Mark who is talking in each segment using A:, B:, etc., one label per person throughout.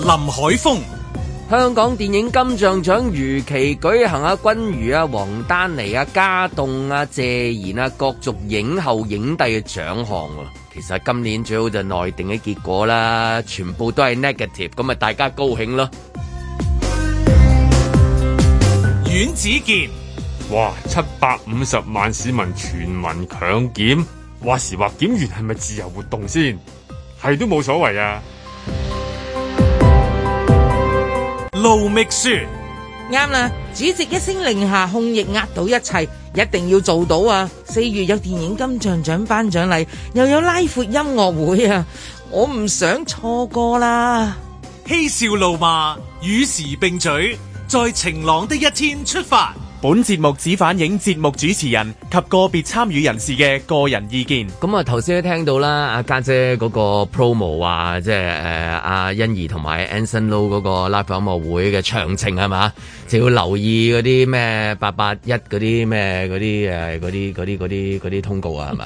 A: 海峰。
B: 香港電影金像獎如期舉行啊，君如啊、黃丹妮啊、家棟啊、謝賢啊角逐影后影帝嘅獎項啊。其實今年最好就內定嘅結果啦，全部都係 negative，咁啊咪大家高興咯。
A: 阮子健，
C: 哇！七百五十萬市民全民強檢，話時話檢完係咪自由活動先？係都冇所謂啊！
A: 盧覓雪，
D: 啱啦，主席一聲令下，控疫壓倒一切，一定要做到啊！四月有電影金像獎頒獎禮，又有拉闊音樂會啊，我唔想錯過啦！
A: 嬉笑怒罵，與時並舉，在晴朗的一天出發。
E: 本節目只反映節目主持人及個別參與人士嘅個人意見。
B: 咁啊，頭先都聽到啦，阿家姐嗰個 promo 啊，即係誒阿欣怡同埋 Anson Lo 嗰個 live 音樂會嘅詳情係嘛，就要留意嗰啲咩八八一嗰啲咩嗰啲誒嗰啲嗰啲嗰啲嗰啲通告啊係嘛？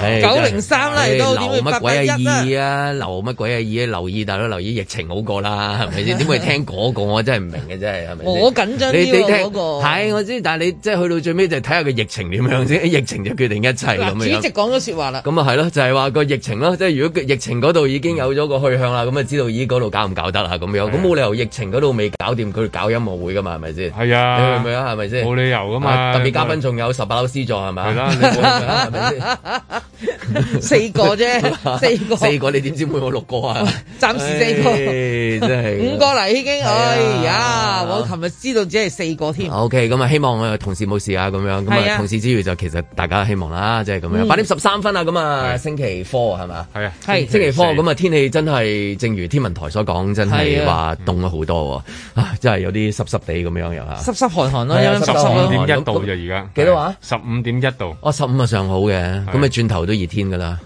B: 唉
D: 九零三啦，嚟到點會
B: 留乜
D: 八八
B: 鬼
D: 一
B: 啊
D: 啊？
B: 意啊，留乜鬼啊意啊，留意大佬留意疫情好過啦，係咪 先？點會聽嗰個？我真係唔明嘅真係，係咪先？
D: 我緊張
B: 你你
D: 啲喎
B: 聽
D: 嗰個
B: 係我知，但係你即係去到最尾就睇下個疫情點樣先，疫情就決定一切咁
D: 嗱，主
B: 樣
D: 席。講咗說話啦，
B: 咁啊係咯，就係話個疫情咯，即係如果疫情嗰度已經有咗個去向啦，咁啊知道咦嗰度搞唔搞得啦啊咁樣，咁冇理由疫情嗰度未搞掂，佢搞音樂會噶嘛，係咪先？
C: 係啊
B: 你明唔明啊？係咪先？
C: 冇理由噶嘛，
B: 啊特別嘉賓啊仲有十八樓 C 座係咪？
C: 係 啦你冇
B: 係咪先？
D: 四個 啫， 四個，
B: 四個你點知會有六個啊？
D: 暫時四個
B: 唉真係啊
D: 五個。嚟已經，哎呀，
B: 係啊
D: 我琴日知道只係四個添。
B: O K，咁啊，希望我同事冇事啊，咁樣咁
D: 係
B: 啊，
D: 啊嗯
B: 同事之餘就其實大家希望啦，即係咁樣。八點十三分啊，咁啊，
C: 係
B: 星期 four 係嘛？
C: 係啊，
D: 係
B: 星期科咁啊，天氣真係正如天文台所講，真係
D: 係啊
B: 話凍咗好多喎，啊，真係有啲濕濕地咁樣又嚇。
D: 濕濕寒寒咯，
B: 係
D: 有
B: 啊
D: 陰
C: 十
D: 濕
B: 濕
D: 濕
B: 寒
C: 五
D: 咯
B: 寒。
C: 點一度就而家
B: 幾多啊話
C: 十五點一 度。
B: 哦，十五啊上好嘅，咁啊轉頭都熱天噶啦，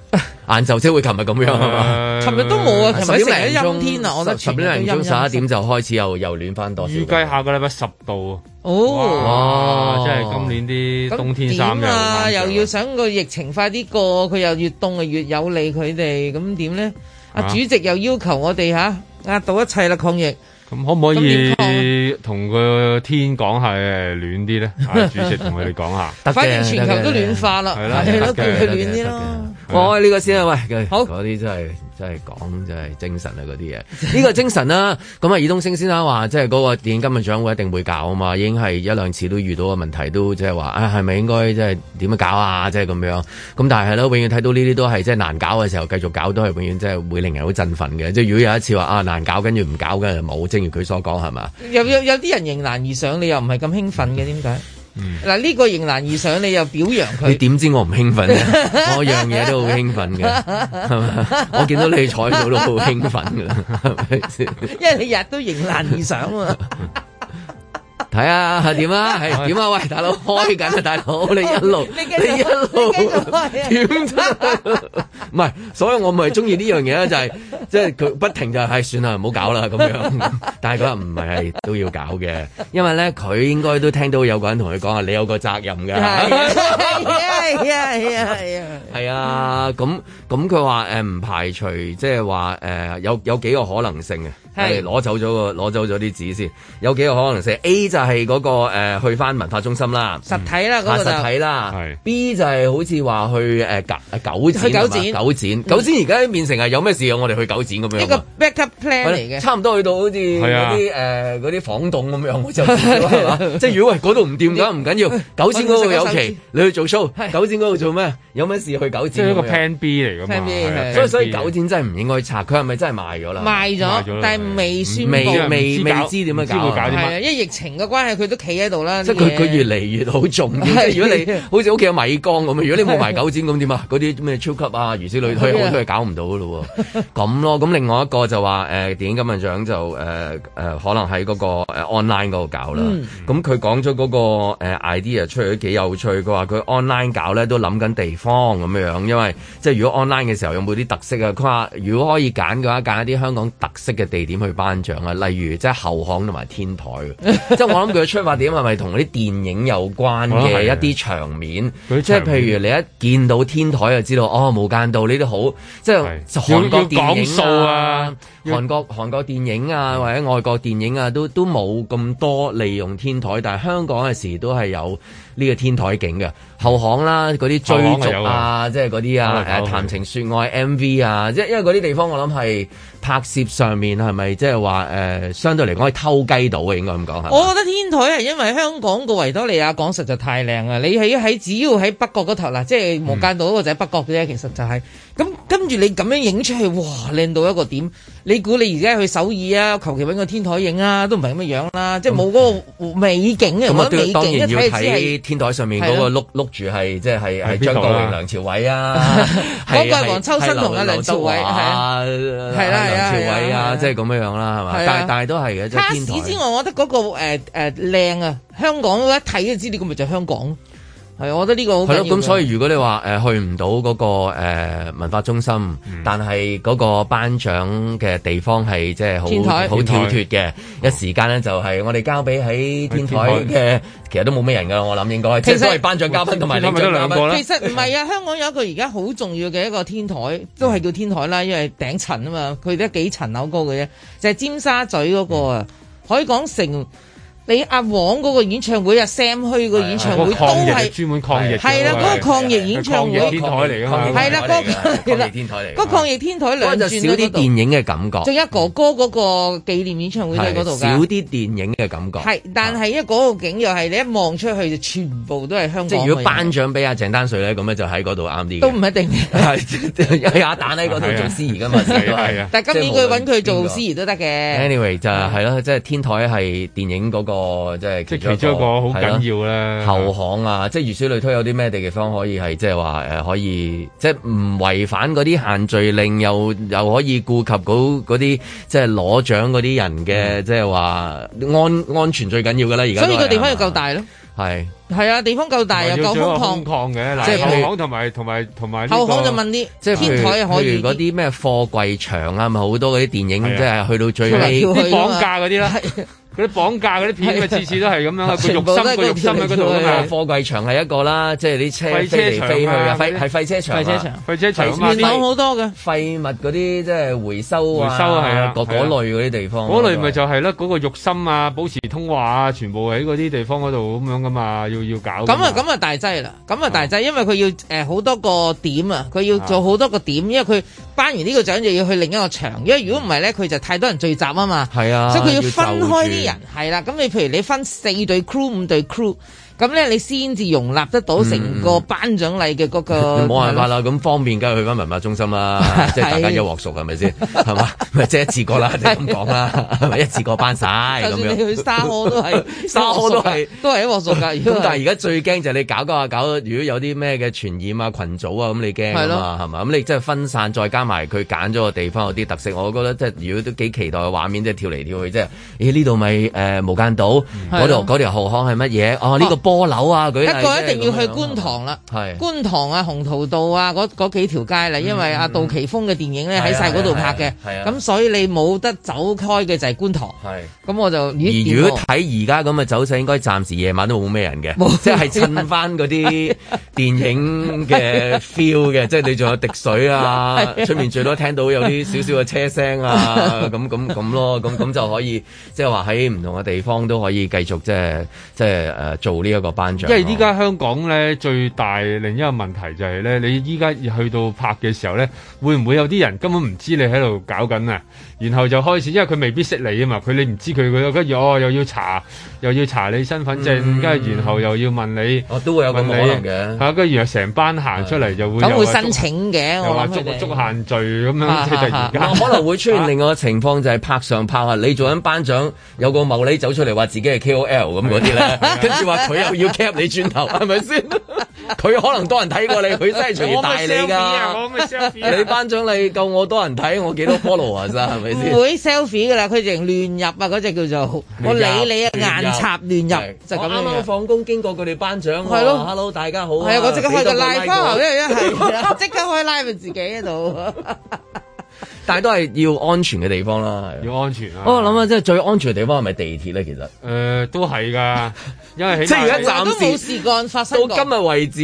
B: 晏晝即係會琴日咁樣 係嘛？
C: 誒
D: 琴日都冇啊，琴日
B: 十
D: 成日
B: 點零
D: 陰
B: 鐘
D: 天啊，我覺得
B: 十
D: 全日
B: 點零
D: 都陰
B: 鐘
D: 陰
B: 十一點就開始又又暖翻多少。
C: 呃預計下個禮拜十度。
D: 哦。
C: 哇！真係今年啲
D: 咁
C: 冬天衫又
D: 點啊，
C: 好
D: 又要想個疫情快啲過，佢又越凍啊越有利佢哋，咁點咧？阿
C: 啊
D: 主席又要求我哋吓壓到一切啦抗疫，
C: 咁可唔可
D: 咁點
C: 以同個天講下誒暖啲咧？啊，主席同佢哋講下。
B: 得嘅
D: 反正全球都暖。化啦，
C: 係啦
D: 係咯，叫
C: 得嘅
D: 佢
B: 得嘅
D: 暖啲
B: 得
D: 咯
B: 嘅。我呢個先啊，喂，
D: 好
B: 嗰啲真係真係講真係精神啊嗰啲嘢，呢個精神啦。咁啊，爾冬升先生話，即係嗰個電影金像獎會一定會搞啊嘛，已經係一兩次都遇到個啊問題，都即係話啊，係咪應該即係點樣搞啊？即係咁樣。咁但係咧，永遠睇到呢啲都係即係難搞嘅時候，繼續搞都係永遠即係會令人好振奮嘅。即係如果有一次話啊難搞，跟住唔搞嘅就冇，正如佢所講係嘛？
D: 有有有啲人迎難而上，你又唔係咁興奮嘅，點解？嗱呢個迎難而上，你又表揚
B: 你
D: 佢，
B: 點知我唔 興奮嘅？我樣嘢都好興奮嘅，係嘛？我見到你坐喺度都好興奮㗎啦，係咪先？
D: 因為你日都迎難而上 啊。
B: 睇下點啊，係點啊？喂，大佬開緊啊，大佬你一路
D: 你繼續
B: 你一路
D: 你繼續開啊
B: 點啫？唔係，所以我咪中意呢樣嘢啦，就係即係佢不停就係唉算啦，唔好搞啦咁樣。但係佢話唔係都要搞嘅，因為咧佢應該都聽到有個人同佢講啊，你有個責任
D: 係啊係啊
B: 㗎。
D: 係啊係啊係啊！
B: 係啊，咁咁佢話誒唔排除，即係話誒有有幾個可能性嘅。我
D: 係
B: 哋攞走咗個攞走咗啲紙先，有幾個可能性。A 就係嗰、個、誒去翻文化中心啦，
D: 實體啦
B: 下
D: 嗰個就
B: 實體啦
C: 係。
B: B 就係好似話去誒九九展啊
D: 去九
B: 係嘛
D: 展
B: 九展九展而家變成係有咩事啊？我哋去九展咁樣啊嘛。
D: 一個 backup plan
B: 我
D: 嚟
B: 哋
D: 嘅，
B: 差唔多去到好似
C: 係
B: 嗰
C: 啊
B: 啲誒嗰啲房棟咁樣，我就唔知啦係嘛 即係如果喂嗰度唔掂嘅，唔緊要，九展嗰度有
D: 我哋食個壽司
B: 期，你去做 show，
D: 係
B: 九展嗰度做咩？有咩事去九
C: 即係
B: 展
C: 一個
B: 咁樣？
C: Plan B 嚟㗎嘛
D: Plan B，
C: 係啊
D: 係
B: 所以
C: Plan
B: 所以
C: B
B: 九展真係唔應該拆，佢係咪真係賣咗啦？
D: 賣
C: 賣咗
D: 咗
C: 啦，
D: 但係未宣佈，
B: 未啊
C: 因為
D: 係
C: 唔
B: 未
C: 知搞
B: 未知點樣
C: 唔知會
B: 搞啊
C: 搞啲乜
D: 啊，因為疫情嘅關係，佢都企喺度啦。
B: 即係
D: 啲
B: 佢
D: 嘢
B: 佢越嚟越好重要。即係如 果你 好似屋企有米缸咁啊樣，如果你冇埋九展咁點啊？嗰啲咩超級啊、魚絲類 推
D: 係啊
B: 好多嘢搞唔到噶咯喎。咁咯，咁另外一個就話誒、呃、電影金像獎就誒誒、呃可能喺嗰、個、呃 online 嗰度搞啦。
D: 嗯
B: 咁佢講咗嗰個、呃 idea 出嚟都幾有趣。佢話佢 online 搞咧都諗緊地方咁樣，因為即係如果 online 嘅時候有冇啲特色啊？佢話如果可以揀嘅話，揀一啲香港特色嘅地點去頒獎啊，例如即係後巷同埋天台。 即係我諗佢嘅出發點係咪同嗰啲電影有關
C: 我諗係
B: 嘅
C: 啊
B: 一啲場面？
C: 嗰啲
B: 即係
C: 場面
B: 譬如你一見到天台就知道，哦，無間道呢啲好，即係
C: 係
B: 韓國
C: 要要
B: 電
C: 講數
B: 影
C: 啊，
B: 韓國韓國電影啊，或者外國電影啊，都都冇咁多利用天台，但係香港嘅時都係有呢個天台景嘅後巷啦，嗰啲
C: 後巷
B: 追
C: 係
B: 逐
C: 有
B: 啊，
C: 啊
B: 即係嗰啲啊，
C: 有啊有
B: 誒
C: 啊
B: 談情説愛 MV 啊，即係因為嗰啲地方我諗係拍攝上面係咪即係話誒相對嚟講係偷雞到嘅應該咁講係嘛。
D: 我覺得天台係因為香港個維多利亞港實在太靚啊！你喺喺只要喺北角嗰頭嗱，即係無間道嗰個就喺北角
B: 嗯
D: 嘅啫，其實就係、咁跟住你咁樣影出去，哇靚到一個點！你估你而家去首爾啊，求其揾個天台影啊，都唔係咁嘅樣啦，即係冇嗰個美景啊！
B: 咁
D: 冇
B: 啊，
D: 得
B: 都
D: 美
B: 要當
D: 景一
B: 然要
D: 睇就知係
B: 睇天台上面嗰個碌碌住係即係係係啊張國榮、梁朝 偉啊，
D: 嗰個係黃秋生同阿梁朝偉
B: 係啊，係啦，梁朝偉啊，即係咁樣樣啦，係嘛？但係但係都係嘅，即
D: 啊卡
B: 係
D: 士
B: 天
D: 之
B: 台。
D: 外，我覺得嗰、個誒誒靚啊，香港一睇就知呢個咪就係香港。係，我覺得呢個好緊
B: 係
D: 要
B: 咯，
D: 㗎。
B: 咁所以如果你話誒去唔到嗰個誒文化中心，但係嗰個頒獎嘅地方係即係好好跳脱嘅，一時間咧就係我哋交俾喺天台嘅，其實都冇咩人㗎，我諗應該，即係都係頒獎嘉賓同埋領獎嘉賓。
D: 其實唔係啊，香港有一個而家好重要嘅一個天台，都係叫天台啦，因為頂層啊嘛，佢得幾層樓高嘅啫，就係、尖沙咀嗰個啊，
B: 嗯
D: 海港城，你阿黃嗰個演唱會啊，Sam 虛
B: 嗯
D: 個演唱
C: 個
D: 會都
C: 抗疫係
D: 係。
C: 專門抗疫嘅，
D: 係啦嗰個抗疫演唱會
C: 係抗疫天台嚟㗎嘛，
D: 係啦
B: 嗰個天台嚟㗎，
D: 嗰抗疫天台兩
B: 嗰
D: 轉
B: 就少
D: 電，
B: 啲電影嘅感覺，
D: 仲有哥哥嗰個紀念演唱會喺嗰度
B: 少
D: 㗎。
B: 啲電影嘅感覺。
D: 係，但係因為嗰個景又係你一望出去就全部都係香港嘅
B: 即
D: 人。
B: 係如果頒獎俾阿鄭丹瑞咧，咁咧就喺嗰度啱啲嘅。啊
D: 都唔一定嘅。
B: 係有阿蛋喺嗰度做司儀噶嘛，成日都係
C: 係啊
D: 但係今年佢揾佢做司儀都得嘅。
B: Anyway 就係係咯，即係天台係電影嗰個即係
C: 即係其中一個好
B: 係咯
C: 緊要啦。
B: 後巷啊，即係如此類推，有啲咩地方可以係即係話誒可以即係唔違反嗰啲限聚令，又又可以顧及到嗰啲即係攞獎嗰啲人
C: 嗯
B: 嘅，即係話安安全最緊要㗎啦。而家啊
D: 所以個地方要
B: 又
D: 夠，大咯，
B: 係
D: 係啊，地方夠大又夠空曠，
C: 空曠嘅，嗱
B: 即係譬如
C: 後巷同埋同埋同埋呢個
D: 後巷就問啲，
B: 即係譬
D: 天
B: 如
D: 台又可
B: 譬
D: 以
B: 如嗰啲咩貨櫃場啊，咪好多嗰啲電影
C: 係啊
B: 即係去到最尾
D: 跳嚟跳去
C: 啲綁架嗰啲啦，嗰啲綁架嗰啲片啊，次次都係咁樣，個
D: 全
C: 肉
D: 部都係
C: 心個肉心喺嗰度
B: 啊
C: 啊
B: 貨櫃場係一個啦，即係啲車
C: 廢車
B: 飛嚟飛去啊，
C: 場啊
B: 廢係廢車場
D: 廢
B: 啊，
D: 車場
C: 嘛，廢車場啊嘛，
D: 元朗好多嘅，
B: 廢物嗰啲即係回收啊，
C: 回收啊係啊
B: 嗰
C: 係啊
B: 嗰類嗰啲地方，
C: 嗰類咪就係啦，嗰個肉心啊、保持通話啊，全部喺嗰啲地方嗰度咁樣噶嘛，要要搞㗎
D: 咁
C: 嘛。
D: 啊咁啊大劑啦，咁啊大
B: 哦
D: 劑，因為佢要誒好多個點啊，佢要做好多個點，因為佢頒完呢個獎就要去另一個場，因為如果唔係咧，佢就太多人聚集啊嘛。
B: 係啊，
D: 所以佢要分開啲
B: 就
D: 人
B: 住。，
D: 係啦。咁你譬如你分四隊 crew、五隊 crew，咁咧你先至容納得到成個頒獎禮嘅嗰個。
B: 嗯 冇辦法啦，咁方便梗係去翻文化中心啦，即係大家一鑊熟係咪先？係嘛，咪即係一次過啦，即係咁講 啦，係咪一次過班晒咁
D: 就算你
B: 樣？
D: 去沙河都 係
B: 沙河都係
D: 都係一鑊熟㗎。如
B: 咁
D: 果
B: 但係而家最驚就係你搞搞下搞，如果有啲咩嘅傳染啊、群組啊，咁你驚啊嘛，係嘛？咁你真係分散，再加埋佢揀咗個地方有啲特色，我覺得即係如果都幾期待嘅畫面，即係跳嚟跳去，即係咦呢度咪誒無間島，嗰
D: 係
B: 度
D: 啊
B: 嗰條後巷係乜嘢？哦呢個波樓啊，舉例
D: 不過一
B: 即係
D: 定要去
B: 咁樣
D: 觀塘啦。
B: 係
D: 觀塘啊、鴻圖道啊，嗰嗰幾條街啦，因為阿杜琪峰嘅電影咧
B: 嗯係啊
D: 喺晒嗰度拍嘅
B: 係啊係啊，
D: 咁所以你冇得走開嘅就係觀塘。
B: 係。
D: 咁我就
B: 而
D: 咦
B: 如
D: 點
B: 果
D: 喎
B: 睇而家咁嘅走勢，應該暫時夜晚都冇咩人嘅
D: 冇，
B: 即係襯翻 嗰啲電影嘅 feel 嘅，即係你仲有滴水 啊，出面最多聽到有啲少少嘅車聲 啊，咁咁咁咯，咁咁就可以即係話喺唔同嘅地方都可以繼續即係即係誒做呢一個頒獎
C: 因
B: 咯。
C: 為依家香港咧最大另一個問題就係咧，你依家去到拍嘅時候咧，會唔會有啲人根本唔知你喺度搞緊啊？然後就開始，因為佢未必識你啊嘛，佢你唔知佢佢跟住哦又要查，又要查你身份證，跟住、然後又要問你，
B: 我哦都會嗯有咁
C: 問
B: 嘅可能嘅
C: 你，嚇，跟住又成班行出嚟就
B: 啊
C: 會
D: 咁
C: 又
D: 會
C: 話
D: 申
C: 捉
D: 請嘅，
C: 又
D: 我
C: 話
D: 諗
C: 捉
D: 佢哋
C: 捉限聚咁
D: 啊
C: 樣，即係突 然間
B: 嗱。可能會出現另外嘅情況，就係拍上拍啊！你做緊頒獎，有個茂利走出嚟話自己係 KOL 咁嗰啲咧，跟住話佢又要 cap 你轉頭，係咪先？ 佢可能多人睇過你，佢真係隨意
C: 我咪
B: 帶你
C: selfie 啊
B: 㗎。
C: 我咪 selfie 啊
B: 你頒獎禮夠我多人睇，我幾多 followers 啊？係咪先
D: 唔？會 selfie 噶啦，佢淨亂入啊！嗰只叫做 我理你啊，硬插亂入就咁
B: 我啱啱
D: 樣樣。
B: 放工經過佢哋頒獎，
D: 係咯
B: 我話，hello 大家好啊。
D: 係啊，我即刻開個
B: 俾多
D: live
B: like
D: 翻
B: 我
D: 頭，因為一係即刻開 live 咪自己喺度。
B: 但係都係要安全嘅地方啦。係
C: 要安全啊！
B: 我諗下，即係最安全嘅地方係咪地鐵咧？其實。
C: 誒、都係㗎，因為起
B: 即係而家
C: 碼
B: 暫時
D: 都冇事幹發生
B: 到今
D: 過。
B: 日為止，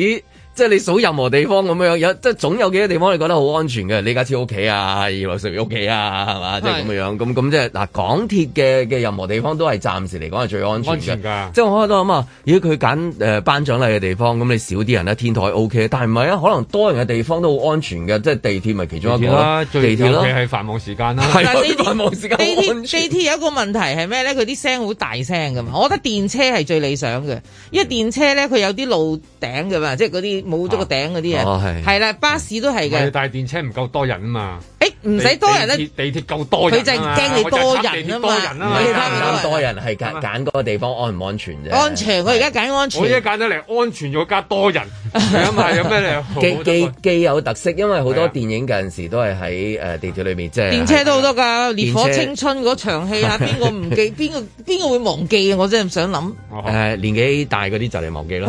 B: 即係你數任何地方咁樣，有即係總有幾個地方你覺得好安全嘅，李家超屋企啊，二樓食屋企啊，係嘛？即係咁樣，咁咁即係嗱，港鐵嘅嘅任何地方都係暫時嚟講係最安全
C: 安全
B: 嘅。
C: 㗎。
B: 即係我開到諗啊，如果佢揀誒頒獎禮嘅地方，咁你少啲人咧，天台 O K，但係唔係啊？可能多人嘅地方都好安全嘅，即係地鐵咪其中一
C: 地
B: 個
C: 鐵啦，
B: 咯，
C: 最
B: 地
C: 尤其
B: 鐵咯，
C: 係繁忙時間啦。
B: 係
D: 但
B: 啊
D: 係地鐵
B: 繁忙時間
D: 地
B: 好
D: 鐵
B: 安全
D: 地鐵有一個問題係咩咧？佢啲聲好大聲噶嘛，我覺得電車係最理想嘅，因為電車咧佢有啲路頂噶嘛，即係嗰啲冇咗個頂嗰啲
B: 哦
D: 啊，
B: 係
D: 係啦，巴士都係
C: 係
D: 嘅，
C: 但係電車唔夠多人啊嘛，
D: 誒唔使多人
C: 地
D: 咧，
C: 地鐵夠多人
D: 佢就係
C: 啊嘛，
D: 驚你
C: 我就係
D: 多
C: 怕
D: 人
C: 地鐵
D: 啊嘛
C: 多人啊
B: 唔
C: 嘛
B: 係
D: 你
B: 啱
D: 睇
B: 啱
D: 下
B: 多人係揀揀嗰個地方安唔安全啫，
D: 安全，我而家揀安
C: 我依家
D: 全。
C: 揀得嚟安全要加多人，係啊嘛，有咩理 由好
B: 既
C: 得
B: 既
C: 過？
B: 既有特色，因為好
C: 係
B: 多
C: 啊
B: 電影嗰陣時都係喺誒地鐵裏面，即係
D: 電車都好多㗎，《烈火
B: 電車
D: 青春》嗰場戲啊，邊個唔 記？邊個邊個會忘記啊？我真係唔想諗。
C: 哦
B: 誒、呃年紀大嗰啲就嚟忘 記啦，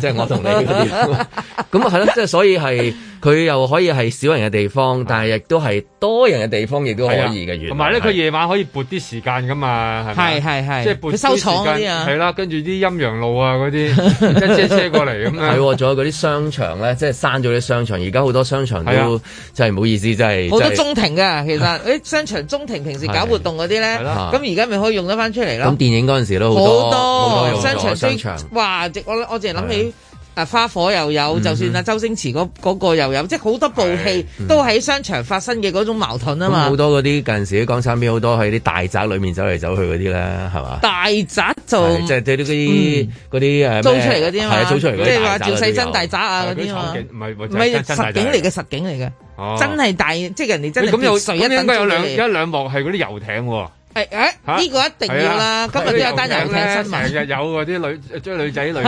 B: 即係我同你嗰啲，咁啊係咯，即係所以係佢又可以係少人嘅地
D: 啊
B: 方，但係亦都係多人嘅地方，亦都可
C: 係啊
B: 以嘅。原來
C: 同埋咧，
B: 係
C: 佢夜晚可以撥啲時間噶嘛，係咪啊
D: 係係係
C: 即係撥
D: 佢收廠嗰啲啊
C: 係啦，跟住啲陰陽路啊嗰啲， 一車車過嚟咁
B: 係
C: 樣。
B: 喎，仲有嗰啲商場咧，即係閂咗啲商場，而家好多商場
C: 係
B: 都
C: 啊
B: 真係唔好意思，真係
D: 好多
B: 真係
D: 中庭㗎，其 實誒商場中庭平時搞活動嗰啲咧，
C: 係啦
D: 咁而家咪可以用得翻出嚟
B: 咁
D: 咯。
B: 電影嗰陣時都
D: 好
B: 好多好
D: 多
B: 用咗
D: 商場
B: 商
D: 追
B: 場。
D: 哇！直我我淨係諗起啊花火又
B: 嗯
D: 有，就算啊周星馳嗰嗰個又有，即係好多部戲都喺商場發生嘅嗰種矛盾啊
B: 嗯咁
D: 嘛
B: 好。多嗰啲近時啲港產片好多喺啲大宅裏面走嚟走去嗰啲啦，係嘛？
D: 大宅就
B: 係即係即係呢啲嗰啲誒
D: 嗯租出嚟嗰啲啊
B: 係
D: 嘛，
B: 租出嚟嗰啲
D: 即係話
B: 大
D: 趙世
B: 宅都
D: 珍
B: 有
D: 大宅啊嗰
C: 嗰啲
D: 啲啊
C: 廠景唔係，
D: 嘛，
C: 唔
D: 唔係
C: 係真
D: 實景嚟
C: 嘅
D: 嘅實景嚟嘅，
C: 哦
D: 真係大，即係人哋真係
C: 咁有
D: 別墅一
C: 咁應
D: 等
C: 該有
D: 租
C: 兩
D: 俾
C: 一
D: 你。
C: 兩幕係嗰啲遊艇喎。
D: 誒誒，
C: 嚇啊
D: 呢個一定要啦，今日都有單遊艇新聞。
C: 成日有嗰啲女追女仔女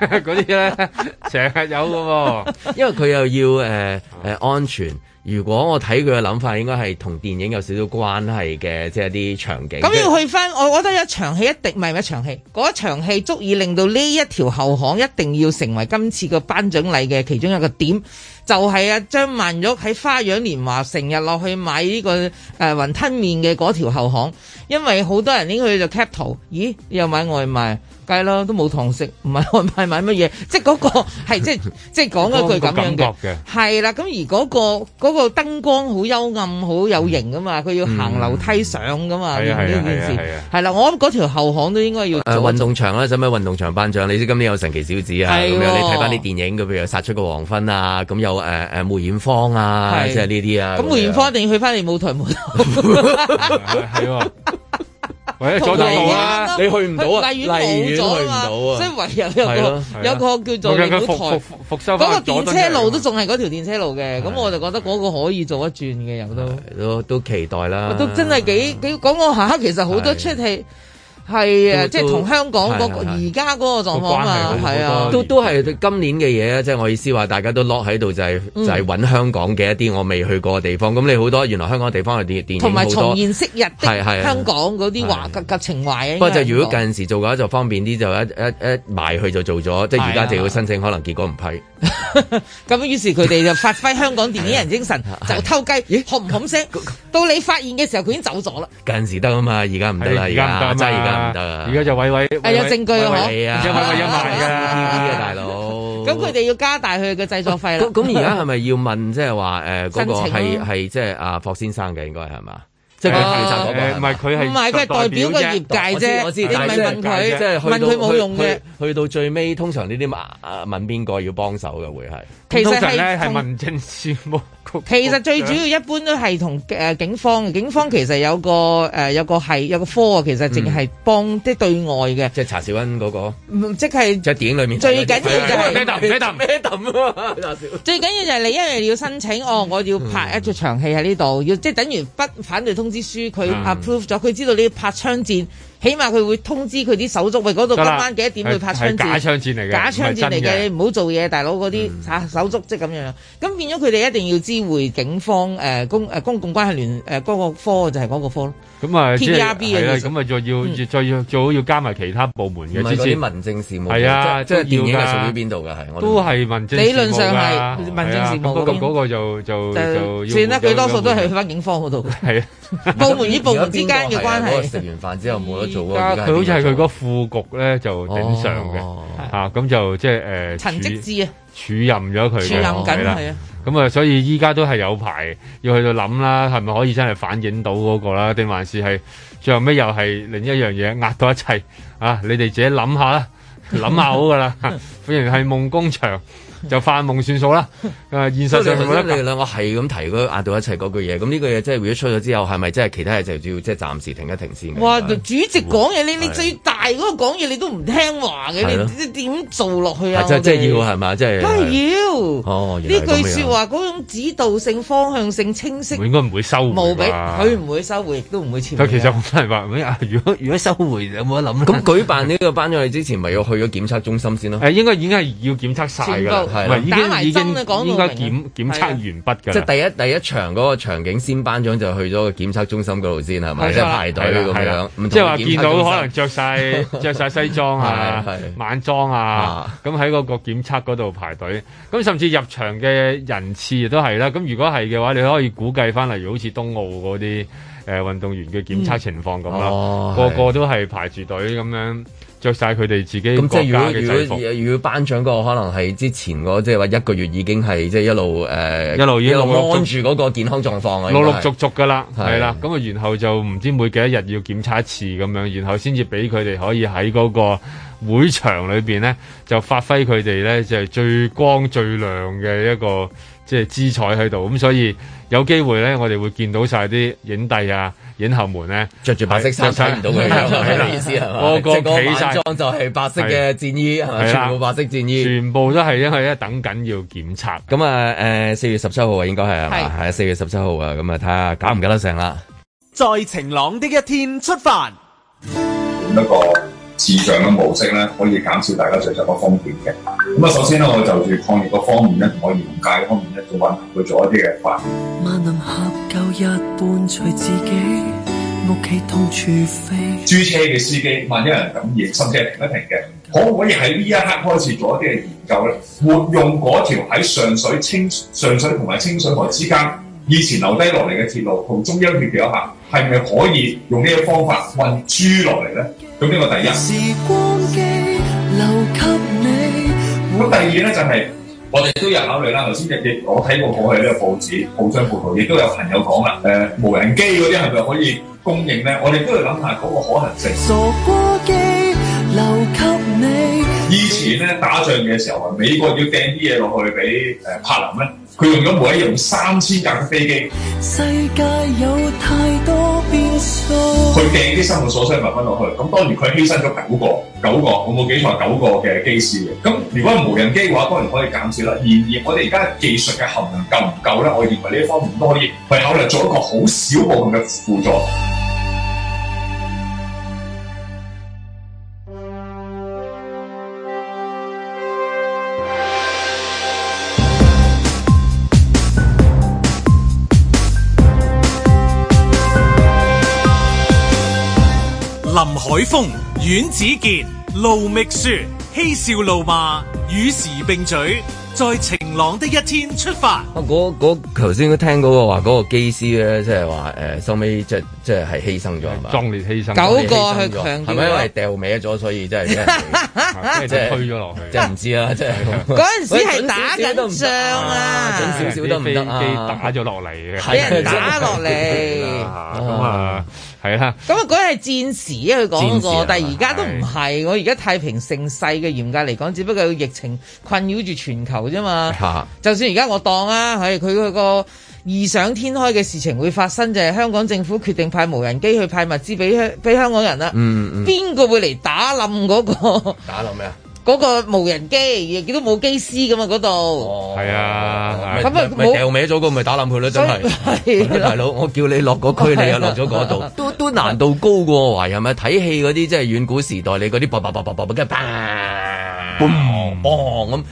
C: 嗰啲咧，成日有嘅喎。
B: 因為佢又要誒誒安全。如果我睇佢嘅諗法，應該係同電影有少少關係嘅，即係啲場景。
D: 咁要去翻，我覺得一場戲一定唔係唔係一場戲，嗰一場戲足以令到呢一條後巷一定要成為今次個頒獎禮嘅其中一個點，就係、啊張曼玉喺花樣年華成日落去買呢、個誒、呃、雲吞麵嘅嗰條後巷，因為好多人應該就 cap 圖，咦又買外賣。梗係 啦，都冇堂食，唔買外賣買乜嘢？即係嗰、個係即係即係講一句咁樣
C: 感
D: 嘅
C: 覺。嘅。
D: 係啦，咁而嗰、個嗰、個燈光好幽暗，好有型噶嘛，佢要行樓梯上噶
B: 嗯
D: 嘛，
C: 係
D: 呢
C: 啊係啊
D: 呢件
C: 係啊係
D: 事
C: 啊
D: 係啦，我諗嗰條後巷都應該要做
B: 誒呃
D: 啊
B: 運動場啦，使唔使運動場頒獎？你知今年有神奇小子啊，
D: 係喎
B: 咁樣你睇翻啲電影，佢譬如有殺出個黃昏啊，咁有誒誒梅艷芳啊，
D: 係
B: 即係呢啲啊。
D: 咁梅艷芳一定要去翻你舞台舞台，
C: 係喎，或者佐
B: 同
C: 敦
B: 埋
C: 道 啦，
B: 你去唔到啊
D: 荔
B: 荔園
D: 園冇
B: 去
D: 咗
B: 唔
D: 嘛
B: 到啊
D: 所以唯有
B: 係啊咯
D: 有個有個叫做
C: 佢
D: 你舞
C: 復
D: 台。
C: 復復修
D: 嗰個
C: 翻佐
D: 電
C: 敦
D: 車路
B: 啊
D: 都
C: 嘅
D: 仲係嗰條電車路嘅，咁我就覺得嗰個可以做一轉嘅，又都
B: 都都期待啦。
D: 都真係
B: 啊
D: 幾幾講講下，其實好多
B: 係
D: 出戲係誒，
B: 都
D: 即係同香港嗰個
B: 係係係
D: 而家嗰個狀況啊
C: 個關係好
D: 嘛，係啊
C: 好多。
B: 都都係今年嘅嘢啊！即係我意思話，大家都 lock 喺度就係、
D: 嗯
B: 就係揾香港嘅一啲我未去過嘅地方。咁你好多原來香港嘅地方嘅電電影
D: 同埋
B: 好
D: 重
B: 多。
D: 現昔日
B: 係係
D: 的香港嗰啲華及及情懷啊。應
B: 不
D: 該
B: 過就如果
D: 係咁
B: 近時做嘅話就方便啲，就一一一埋去就做咗，即係而
D: 啊
B: 家就要申請，可能結果唔批。
D: 講咁，於是佢哋就發揮香港電影人精神，就偷雞，冚唔冚聲。到你發現嘅時候，佢已經走咗啦。
B: 近時得啊嘛，而家唔得啦，
C: 而
D: 啊
C: 家唔得
B: 真係
C: 嘛
B: 而家唔得啦。
C: 而家就偉偉
D: 係有證據啊嗬
C: 偉偉
B: 係啊，
C: 有咪咪有埋㗎
B: 呢啲啊嘅大佬。
D: 啊咁佢哋要加大佢嘅製作費啦
B: 咁。咁而家係咪要問即係話誒嗰個
D: 申請啊
B: 係
D: 咯
B: 係即係阿霍先生嘅應該係嘛？即係佢負責嗰個係
C: 誒
B: 嘛
C: 唔係佢係
D: 唔係佢係代表個業
C: 啫
D: 界
B: 我
D: 啫，
B: 知
D: 你
B: 但
D: 咪
B: 係
D: 問佢
C: 即係
B: 即係，去
D: 問
B: 到
D: 佢冇用嘅
B: 去。去去到最尾，通常呢啲啊啊問邊個要幫手嘅會係
D: 其
C: 通
D: 實
C: 常咧
D: 係
C: 係
D: 同
C: 民政事務局，
D: 其實最主要一般都係同誒警方嘅，警方其實有個誒、呃有個係有個科啊，其實淨係幫即係對外嘅，
B: 即係查小恩嗰個，
D: 唔即係
B: 即係電影裏面哦
D: 最緊要就係
C: 咩氹咩氹
B: 咩揼啊嘛，查小
D: 最緊要就係你因為要申請，哦，
C: 嗯
D: 我要拍一出場戲喺呢度，要即係等於不反對通知書，佢
C: 嗯
D: approve 咗，佢知道你要拍槍戰，起碼佢會通知佢啲手足，喂嗰度今晚幾多點會拍槍
C: 係假
D: 戰？
C: 槍戰嚟嘅，嗯
D: 假槍戰嚟
C: 唔係真
D: 嘅，你唔好做嘢，大佬嗰啲嚇手足即係咁樣，咁變咗佢哋一定要知會警方誒、呃公誒、呃公共關係聯誒嗰個科就係嗰個科咯。
C: 咁啊，即係
D: TVRB 啊
C: 係啦，
D: 其實
C: 咁啊，再要要再要最好要加埋其他部門
B: 唔
C: 嘅
B: 係
C: 之
B: 嗰
C: 前
B: 啲民政事務，
C: 係啊
B: 即係即係電影
C: 都要
B: 係
C: 㗎
B: 屬於邊度㗎？係我哋
C: 都係民政事務㗎
D: 理論上係民政事務
C: 係啊咁
D: 嗰邊
C: 嗰個嗰個就就就
D: 就
C: 要
D: 算啦，佢多數都係去翻警方嗰度，
C: 係啊
D: 部門與部門之間嘅關
B: 而家邊個係啊嗰個
D: 係。
B: 食完飯之後冇咗做喎？
C: 家
B: 而家
C: 佢好似係佢
B: 邊個
C: 嗰副局咧就頂上嘅
B: 哦
C: 嚇，咁就即係誒
D: 陳積志啊，
C: 署任咗佢嘅，
D: 署任緊
C: 係啦
D: 係啊，
C: 咁啊，所以依家都係有排要去到諗啦，係咪可以真係反映到嗰個啦？定還是係最後尾又係另一樣嘢壓到一切啊？你哋自己諗下啦，諗下好噶啦。歡迎係夢工場就發夢算數啦。啊，現
B: 所
C: 實
B: 以
C: 上
B: 你
C: 冇
B: 覺
C: 得
B: 得你
C: 搞
B: 兩個係咁提嗰壓到一齊嗰句嘢，咁呢句嘢即係如果出咗之後，係咪真係其他嘢就要即係暫時停一停先嘅？
D: 哇！
B: 應該
D: 主席講嘢，你你
B: 係
D: 最大嗰個講嘢，你都唔聽話嘅，
B: 係咯
D: 你你點做落去啊？
B: 係真真係
D: 我哋
B: 要係嘛？即係
C: 哎
D: 梗係要。
B: 哦原
D: 呢
B: 來係咁樣
D: 句説話嗰種指導性、方向性清晰
C: 應該唔會收回
D: 無比，
B: 啊
C: 吧
D: 佢唔會啊收回，亦都唔會撤回
C: 但
D: 啊。
C: 其實好多人話喂啊，如果如果收回有冇得諗
B: 咁
C: 咁
B: 舉辦呢個頒獎禮之前，咪要去咗檢測中心先咯？
C: 誒應該已經係要檢測晒㗎啦，
D: 全部
C: 唔係已
D: 打埋
C: 經已經
D: 針啊啦講到
C: 應該
D: 明
C: 檢
D: 啊
C: 檢測完畢㗎
B: 即
C: 啦。
B: 係第一第一場嗰個場景先頒獎就去咗個檢測中心嗰度先係咪？
C: 係
B: 即係
C: 啦
B: 排隊啊
C: 係啦
B: 咁
C: 係
B: 樣
C: 啦
B: 唔同嘅
C: 即係話
B: 檢測
C: 見
B: 中
C: 到
B: 心
C: 可能着 晒着晒西裝啊
B: 係係、
C: 晚裝啊
B: 啊，
C: 咁喺嗰個檢測嗰度排隊，咁甚至入場嘅人次亦都係啦。咁如果係嘅話，你可以估計翻，例如好似冬奧嗰啲誒運動員嘅檢測情況咁
B: 嗯
C: 啦
B: 哦，
C: 個
B: 係
C: 個都係排住隊咁樣着晒佢哋自己
B: 咁即
C: 國
B: 係如
C: 家
B: 果
C: 嘅制
B: 如
C: 服
B: 果。如果頒獎嗰個可能係之前嗰即係話一個月已經係即係一路誒
C: 一路已
B: 一
C: 經
B: 路
C: 陸陸續
B: 安住嗰個健康狀況
C: 陸
B: 啊，應
C: 陸
B: 該係
C: 續續噶啦，
B: 係
C: 係啦，咁啊，然後就唔知每幾多日要檢查一次咁樣，然後先至俾佢哋可以喺嗰個會場裏邊咧，就發揮佢哋咧就係最光最亮嘅一個即係姿彩喺度，咁所以有機會咧，我哋會見到晒啲影帝啊、影后們咧，
B: 着住白色衫
C: 係
B: 睇唔到佢，
C: 係啦
B: 係咪意思係嘛？
C: 個個
B: 即係嗰
C: 企
B: 晚
C: 晒
B: 裝就係白色嘅戰衣，係
C: 係
B: 咪
C: 啦
B: 全部白色戰衣？
C: 全部都係因為咧等緊要檢查。
B: 咁啊，誒四月十七號啊，應該係係
D: 係
B: 嘛？係四月十七號啊，咁啊睇下搞唔搞得成啦。
E: 在晴朗的一天出發。
F: 一個視像嘅模式咧，可以減少大家聚集嘅風險嘅。咁啊，首先咧，我就住抗疫嗰方面咧，同我兒童界嗰方面咧，就揾佢做一啲嘅發言。
G: 萬能合夠一半，隨自己屋企痛處飛。
F: 租車嘅司機，萬一有人感染，甚至係停一停嘅，可唔可以喺呢一刻開始做一啲嘅研究咧？活用嗰條喺上水清上水同埋清水河之間以前留低落嚟嘅鐵路，同中央協調一下，係咪可以用呢個方法運輸落嚟咧？咁呢個第一。
G: 時光機留給你，
F: 咁第二咧就係、我哋都有考慮啦。頭先亦亦我睇過過去呢個報紙報章報導，亦都有朋友講啦。誒、無人機嗰啲係咪可以供應咧？我哋都要諗下嗰個可能性。
G: 傻瓜機留給你。
F: 以前咧打仗嘅時候，美國要掟啲嘢落去俾誒柏林咧，佢用咗每一日用三千架嘅飛機去
G: 世界有太多變數，
F: 掟啲生活所需物品落去。咁當然佢犧牲咗九個，九個我冇記錯，九個嘅機師嘅。咁如果係無人機嘅話，當然可以減少啦。然而我哋而家技術嘅含量夠唔夠咧？我認為呢一方面都可以去考慮做一個好少部分嘅輔助。
A: 林海峰、阮子健、盧覓雪，嬉笑怒罵，與時並舉，在晴朗的一天出發。
B: 啊嗰嗰頭先聽嗰個話嗰個機師咧，即係話誒收尾即即係犧牲咗係嘛？
C: 壯烈犧牲，
D: 九
B: 犧
D: 個
B: 牲
D: 佢
B: 咗
D: 強調
B: 係咪因為
D: 咗
B: 掉歪咗，所以即係即係
C: 啊即
B: 即
C: 係
B: 係
C: 推咗落去
B: 即。係唔知
C: 啊
B: 啦，即係
D: 嗰陣時
B: 喂
D: 係
B: 準
D: 打
B: 少少都唔
D: 緊
B: 得
D: 仗啊
B: 準少少都唔得
C: 啲飛機
B: 啊！
C: 打咗落嚟嘅，
B: 係 啊
D: 俾人打落嚟
C: 啊咁啊，係啦，
D: 咁啊，嗰係戰時啊，佢講
B: 戰時
D: 過
B: 啊，
D: 但係而家都唔係。我而家太平盛世嘅嚴格嚟講，只不過疫情困擾住全球啫嘛。
B: 嚇
D: 就算而家我當啊，係佢嗰個異想天開嘅事情會發生，就係、香港政府決定派無人機去派物資俾香俾香港人啦。
B: 嗯嗯，
D: 邊個會嚟打冧嗰、個
B: 打落咩啊？
D: 嗰、個無人機？亦都冇機師咁啊嗰度，
B: 哦
C: 係啊
B: 咪
D: 咁咪
B: 咪咪
D: 冇
B: 掉歪咗個咪打冧佢咯，真係。
D: 所以係
B: 大
D: 啦。
B: 佬，我叫你落嗰區，你又落咗嗰度， 都都難度高過我懷疑係咪？睇戲嗰啲
C: 嗯
B: 即係遠古時代，你嗰啲叭叭叭叭叭叭，跟住砰砰咁，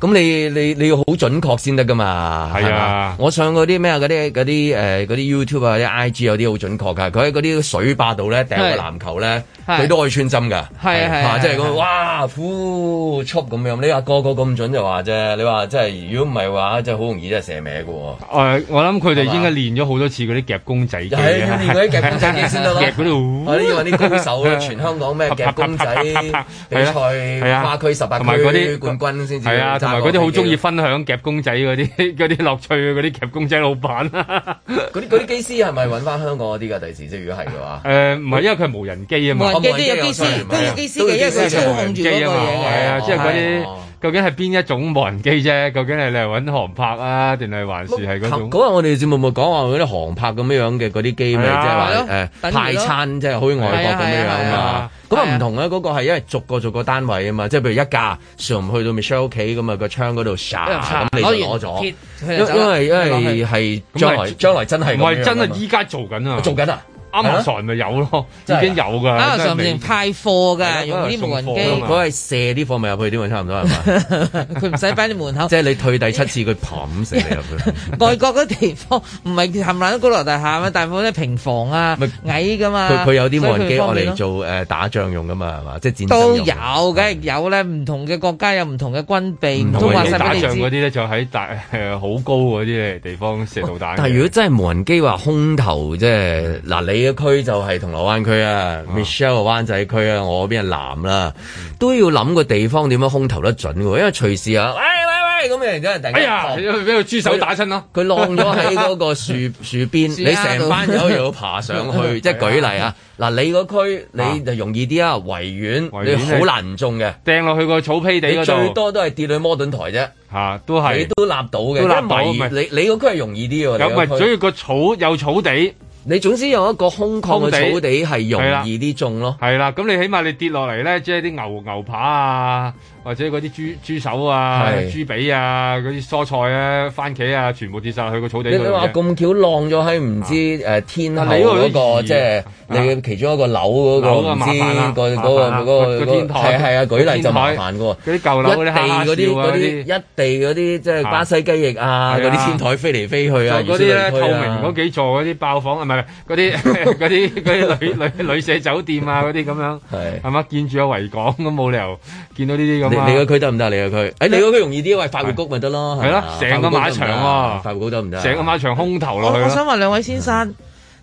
B: 咁你你你要好準確先得噶嘛，
C: 係啊
B: 係嘛我上嗰啲咩啊嗰啲嗰啲誒嗰啲 YouTube 啊、啲 IG 有啲好準確㗎，佢喺嗰啲水壩度咧掉個
H: 係
B: 籃球咧，
H: 係
B: 佢都可以穿針㗎，
H: 係係
B: 嚇
H: 係
B: 啊即係咁
H: 係
B: 哇，呼速咁樣，你話個個咁準就話啫，你話真係如果唔係話，真係好容易真係射歪㗎喎。
C: 誒，呃我諗佢哋
B: 係嘛
C: 應該練咗好多次嗰啲夾公仔機
B: 又
C: 啊，
B: 係要練嗰啲 夾公仔機先 得咯。
C: 夾嗰度
B: 我哋要揾啲高手咧，全香港咩夾公仔 比
C: 係
B: 賽
C: 啊
B: 跨區十八
C: 同埋嗰
B: 區
C: 啲
B: 冠軍先至
C: 係啊，
B: 揸
C: 同埋嗰啲好中意
B: 嗰
C: 分享夾公仔嗰啲 嗰啲樂趣嗰啲夾公仔老闆啊啦。
B: 啲嗰啲機師係咪揾翻香港嗰啲㗎？第時即係如果係嘅話，
C: 誒呃唔係因為佢係無人機啊嘛
D: 無，人機
B: 我
D: 都
B: 哦無人機
D: 有機師，
B: 我 sorry，
D: 都有機師嘅，因為佢操控住嗰個嘢
B: 嘅
C: 係
D: 嘅。
C: 啊，即係嗰啲
B: 哦
C: 究竟係邊一種無人機啫？究竟係你係揾航拍啊，定係還是係嗰種？
B: 嗰日我哋節目咪講話嗰啲航拍咁樣樣嘅嗰啲機咪
C: 係
B: 即
C: 啊
B: 係
H: 係咯
B: 話誒
H: 等於咯
B: 派餐，即係好似外國咁樣樣
H: 係啊係
B: 嘛
C: 啊。
B: 咁
H: 係
B: 啊
H: 啊
B: 唔同啊，嗰個係因為逐個逐個單位啊嘛，即係譬如一架上去到 Michelle 屋企咁啊個窗嗰度唰咁
D: 啊
B: 你就攞咗，因因為因為係將來
C: 咁咪
B: 將來真係咁
C: 唔係
B: 樣啊
C: 真係
B: 㗎嘛
C: 依家做緊啊，
B: 做緊啊！
C: Amazon 咪有咯，
B: 真係
C: 已經有㗎。
D: 啊，
C: 真係
D: 上
C: 未
D: 面派貨
B: 啊
D: 㗎，用啲無人
C: 係
D: 機
C: 啊嘛，
B: 佢係射啲貨咪入去啲嘛，差唔多係嘛？
D: 佢唔使擺你門口
B: 即。係你退第七次，佢砰射你入去。
D: 外國嗰地方唔係冚唪唥都高樓大廈啊嘛，大部分都係平房啊
B: 咪、
D: 矮噶嘛。
B: 佢佢有啲無人
D: 所
B: 機
D: 以佢
B: 我
D: 方便咯
B: 嚟做誒打仗用噶嘛，係嘛？即係戰爭
D: 都
B: 用
D: 有，梗係有咧。唔同嘅國家有唔同嘅軍備，唔
B: 啊唔
D: 通
C: 同
B: 同
D: 話
B: 嘅
C: 人
D: 晒
C: 哋打
D: 俾你
C: 仗嗰啲
D: 知。
C: 咧，就喺大 誒好高嗰啲地方射導彈嘅。
B: 但係如果真係無人機話空投，即係嗱，你嘅區就係銅鑼灣區啊，Michelle 嘅灣仔區啊，我嗰邊係南啦，都要諗個地方點樣空投得準喎，因為隨時啊，喂喂喂，咁然之後突然
C: 哎
B: 間
C: 呀，
B: 砰
C: 俾個豬手打親咯。
B: 佢晾咗喺 嗰個樹樹邊，
D: 樹
B: 你
D: 丫度
B: 成班友又要爬上去，即係舉例 啊！嗱，你個區你就容易啲啊，維園
C: 維園
B: 你好難唔中嘅，
C: 掟落去個草坯地
B: 你
C: 嗰
B: 最
C: 度
B: 多都係跌去摩頓台啫，
C: 嚇，都
B: 你
C: 係。
B: 都立到嘅，
C: 都立到
B: 因
C: 咪
B: 為你你嗰區係容易啲
C: 有咪
B: 喎，你個
C: 所
B: 區
C: 以個草有草地
B: 你總之有一個空曠嘅
C: 空地
B: 草地係容易啲種咯。
C: 係啦，咁你起碼你跌落嚟咧，即係啲牛牛扒啊，或者嗰啲豬豬手啊、
B: 係
C: 豬髀啊、嗰啲蔬菜啊、番茄啊，全部跌晒落去個草地
B: 你你話
C: 嗰度啫。
B: 咁巧晾咗喺唔知誒天后
C: 啊你嗰個
B: 嗰個
C: 都易
B: 即係你其中一個樓嗰個
C: 樓啊
B: 唔
C: 麻煩啦
B: 知個嗰
C: 麻
B: 個
C: 煩啦啊
B: 嗰個
C: 個
B: 嗰個
C: 天台
B: 係係啊，舉例就
C: 天
B: 麻
C: 台
B: 煩嘅喎。
C: 嗰啲舊
B: 一
C: 樓嗰
B: 地
C: 啲哈哈
B: 嗰啲
C: 笑啊
B: 嗰啲一
C: 啲，
B: 地嗰啲即係巴西雞翼啊，
C: 係
B: 嗰
C: 啊
B: 啲天台飛嚟飛去啊，
C: 就嗰啲咧
B: 如
C: 透
B: 是類推
C: 明
B: 啊
C: 嗰幾座嗰啲爆房啊，唔係唔係 嗰啲嗰啲嗰啲旅旅旅社酒店啊嗰啲咁樣。
B: 係。
C: 係嘛？見住有維港咁冇理由見到呢啲咁啊！
B: 你你個區得唔得？你個區，誒哎你個區容易啲，喂法匯谷咪得咯，
C: 係
B: 嘛
C: 咯成個馬場喎
B: 法匯谷得唔得 啊？
C: 成個馬場空投
D: 我
C: 落去
B: 啊
D: 我
C: 啦，
D: 想問兩位先生，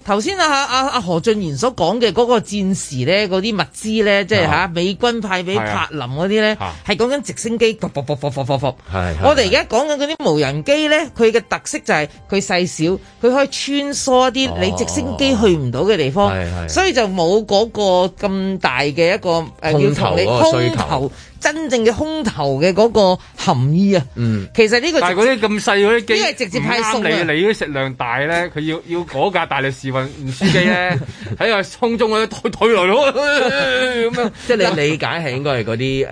D: 頭先啊啊啊何俊賢所講嘅嗰個戰時咧，嗰啲物資咧，即係
C: 啊
D: 嚇美軍派俾
C: 係啊
D: 柏林嗰啲咧，
C: 啊
D: 係講緊直升機，噗噗噗噗噗噗噗
B: 係係
D: 我哋而家講緊嗰啲無人機咧，佢嘅特色就係佢細小，佢可以穿梭一
B: 哦
D: 啲你直升機去唔到嘅地方
B: 係，係
D: 所以就冇嗰個咁大嘅一個誒
B: 空
D: 要
B: 投
D: 同你
B: 嗰個需求
D: 空投真正嘅空投嘅嗰個含義啊。
B: 嗯，
D: 其實呢個
C: 但係
D: 直
C: 嗰啲咁細嗰啲機，
D: 呢個係直接派送
C: 唔
D: 啊
C: 啱你你嗰啲食量大咧，佢要要嗰架大力士運運輸機 咧喺個空中嗰啲推來 咯咁樣。
B: 即係你理解係應該係 嗰啲誒，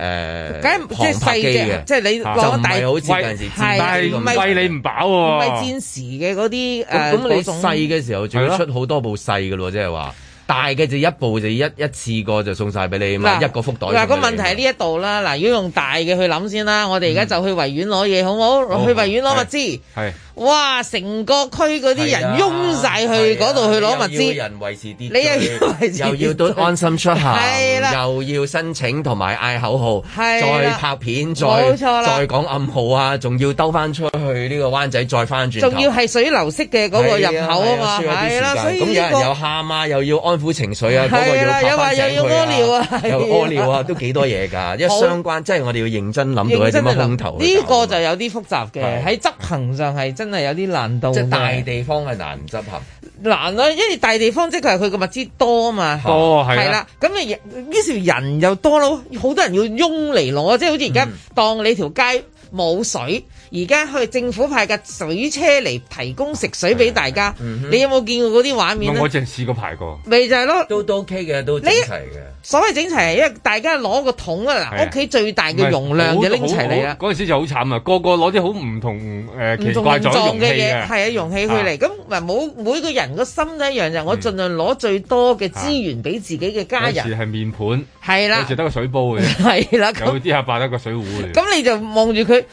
D: 梗係即係
B: 航拍
D: 細
B: 機
D: 隻，
B: 嘅，
D: 即係你
B: 就
D: 攞
B: 唔
D: 大
B: 係好似
C: 喂
B: 嗰陣時
D: 係
B: 戰
C: 但
B: 機
C: 係
D: 唔
C: 唔
D: 係
B: 咁
C: 餵你唔飽
D: 唔係
C: 喎，
D: 戰時嘅嗰啲誒
B: 咁你
D: 嗰種
B: 細嘅時候仲要
C: 係咯
B: 出好多部細嘅咯，即係話大嘅就一部就一一次過就送晒俾你啊嘛，一個福袋。
D: 嗱，個問題喺呢一度啦。嗱，如果用大嘅去諗先啦，我哋而家就去維園攞嘢好唔好？
C: 好
D: 去維園攞物資，
C: 係
D: 哇！成個區嗰啲人擁晒去嗰度去攞物
B: 啊又要
D: 資，
B: 人維持啲，
D: 你又要維持秩
B: 又
D: 序
B: 要都安心出行，
D: 係啦
B: 又要申請同埋嗌口號，
D: 係啦
B: 再拍片，再
D: 冇錯啦
B: 再講暗號啊，仲要兜翻出去呢個灣仔，再翻轉頭
D: 仲要係水流式嘅嗰個入口啊嘛，
B: 係啊
D: 係啦，
B: 需要
D: 所
B: 啲時
D: 以
B: 間咁有人
D: 呢
B: 有喊啊，又要安撫情緒啊，嗰個
D: 係啦
B: 要拍翻
D: 又話又要
B: 醒佢
D: 屙尿啊係啊
B: 又屙尿啊，都幾多嘢㗎，因為
D: 好
B: 相關即係我哋要認真
D: 個
B: 諗到係
D: 認
B: 點
D: 真
B: 樣
D: 地
B: 空
D: 諗，
B: 投啊去
D: 呢
B: 搞
D: 個就有啲複雜嘅，
B: 係
D: 喺執行上係真係有啲難度嘅。
B: 即係大地方係難執行。
D: 難啦，因為大地方即係佢個物資多嘛，
C: 多係啊
D: 係啦，咁你於是人又多咯，好多人要擁嚟攞，即係好似而家當你條街冇水，而家去政府派架水車嚟提供食水俾大家，你有冇見過嗰啲畫面啊
C: 咁
D: 咧
C: 我？淨係試過排過，
D: 咪就係咯，
B: 都都 OK 嘅，都整齊嘅。
D: 所謂整齊係因為大家攞個桶啊，
C: 係啊
D: 嗱，屋企最大嘅容量就拎齊嚟啦
C: 好。好嗰陣時就好慘啊！個個攞啲好唔同誒
D: 唔
C: 奇
D: 同
C: 怪
D: 形
C: 咗
D: 狀
C: 容器
D: 嘅嘢，
C: 嘅，
D: 係啊，容器去嚟，咁咪冇每個人個心都一樣，就係
B: 嗯
D: 我盡量攞最多嘅資源俾自己嘅家
C: 有
D: 人
C: 時。係面盤，
D: 係
C: 有
D: 啦
C: 時，得個水煲嘅，
D: 係啦，
C: 有
D: 咁
C: 啲阿伯得個水壺嘅。
D: 咁你就望住佢，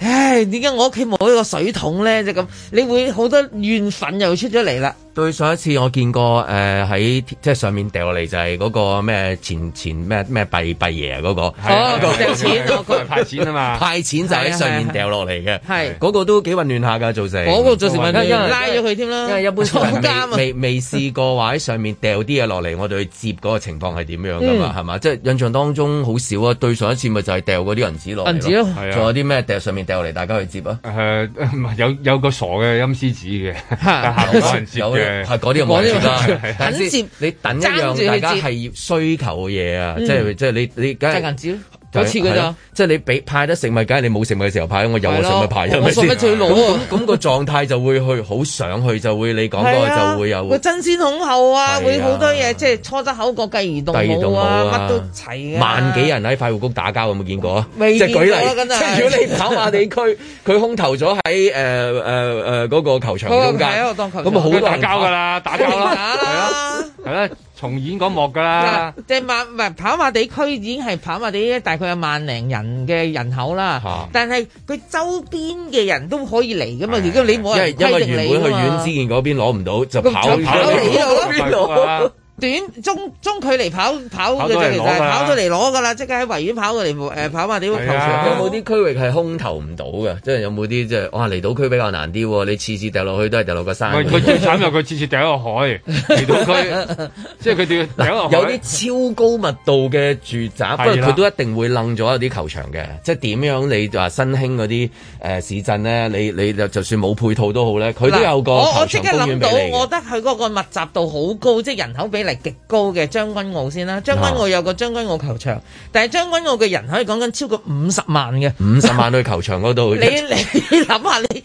D: 唉，點解我屋企冇一個水桶咧？就咁，你會好多怨憤又出咗嚟啦。
B: 對上一次我見過誒喺、即係上面掉落嚟就係嗰個咩前前咩咩幣幣爺嗰、個。
C: 係啊
D: 哦掟錢我覺得
C: 派錢 啊嘛，
B: 派錢就喺上面掉落嚟嘅，
D: 啊係
B: 嗰個都幾混亂下㗎，做成
D: 嗰個做成問題，
B: 因為
D: 拉咗佢添啦，
B: 因為一般
D: 坐
B: 上
D: 監啊
B: 人。未未未試過話喺上面掉啲嘢落嚟，我哋去接嗰個情況係點樣
D: 嗯
B: 㗎嘛？係嘛？即係印象當中好少啊！對上一次咪就係掉嗰啲銀紙落嚟
D: 銀紙咯
C: 係啊
B: 仲有啲咩掉上面掉落嚟，大家去接啊？
C: 誒唔係有有個傻嘅陰司紙嘅，但係冇人接
B: 有
C: 嘅
B: 係。嗰啲冇人接啦
D: 嗰啲冇人接。
B: 但係
D: 等接
B: 你等一
D: 爭住去
B: 樣，大家
D: 接嗯
B: 係要需求嘅嘢啊！即係即係你你梗
D: 就
B: 係
D: 銀紙咯，嗰次佢
B: 係
D: 就
B: 咯。即係你俾派得食物，梗係你冇食物嘅時候派，我有
D: 係
B: 我
D: 咯
B: 食物派，係
D: 我
B: 咪
D: 信
B: 先？
D: 乜最老啊
B: 咁咁個狀態就會去好想去，就會你講
D: 係
B: 過
D: 啊
B: 就會有
D: 個爭先恐後啊，
B: 係啊
D: 會好多嘢，即係初得口角繼而
B: 繼而
D: 動
B: 動
D: 武
B: 武
D: 啊，
B: 啊
D: 乜都齊嘅。
B: 萬幾人喺快活谷打交，有冇見過啊？
D: 未
B: 即係
D: 見過
B: 舉
D: 啊
B: 例，
D: 真
B: 即
D: 係
B: 係如果你跑馬地 區，佢空投咗喺誒誒誒嗰個球場中間，
D: 係啊我
B: 咁
D: 當球
B: 啊
D: 場
B: 好多
C: 佢
B: 人
C: 打交㗎啦，打交啦，
D: 打
C: 係啊，
D: 啦。
C: 係啦，重演嗰幕㗎啦
D: 嗱，，即係萬唔係跑馬地區已經係跑馬地大概有萬零人嘅人口啦，
B: 嚇
D: 但係佢周邊嘅人都可以嚟噶嘛，如果你
B: 因
D: 冇
B: 為
D: 人
B: 因
D: 規
B: 為
D: 定
B: 原本去
D: 你啊
B: 遠
D: 嘛
B: 之，健嗰邊攞唔到，就跑
D: 咁就跑
B: 嚟
D: 嚟呢度咯
B: 邊度 啊？
D: 短中中距離跑跑嘅
C: 跑到
D: 啫，
C: 嚟
D: 其實
C: 攞㗎
D: 係
C: 啦
D: 跑到嚟攞㗎啦，即刻喺維園跑過嚟誒跑馬地個球
C: 係啊
D: 場
B: 有冇啲區域係空投唔到嘅？即係有冇啲即係哇離島區比較難啲喎？你次次掉落去都係掉落個山
C: 唔係
B: 嗰
C: 佢
B: 啲。
C: 最慘就佢次次掉落海，嚟到 佢，即係佢掉掉
D: 哦
C: 落海。
B: 有啲超高密度嘅住宅，不過佢都一定會楞咗有啲球場嘅，即係點樣你話新興嗰啲誒市鎮咧，你你就就算冇配套都好咧，佢都
D: 嗱
B: 有個
D: 我我
B: 球
D: 即
B: 場
D: 刻
B: 公
D: 諗
B: 園
D: 到，
B: 俾你
D: 我覺。
B: 嘅
D: 得佢嗰個密集度好高，即係人口比例極高嘅將軍澳先
B: 啊
D: 啦。將軍澳有個將軍澳球場，但係將軍澳嘅人口係講緊超過五十萬 嘅。
B: 五十萬去球場嗰度，
D: 你你諗下你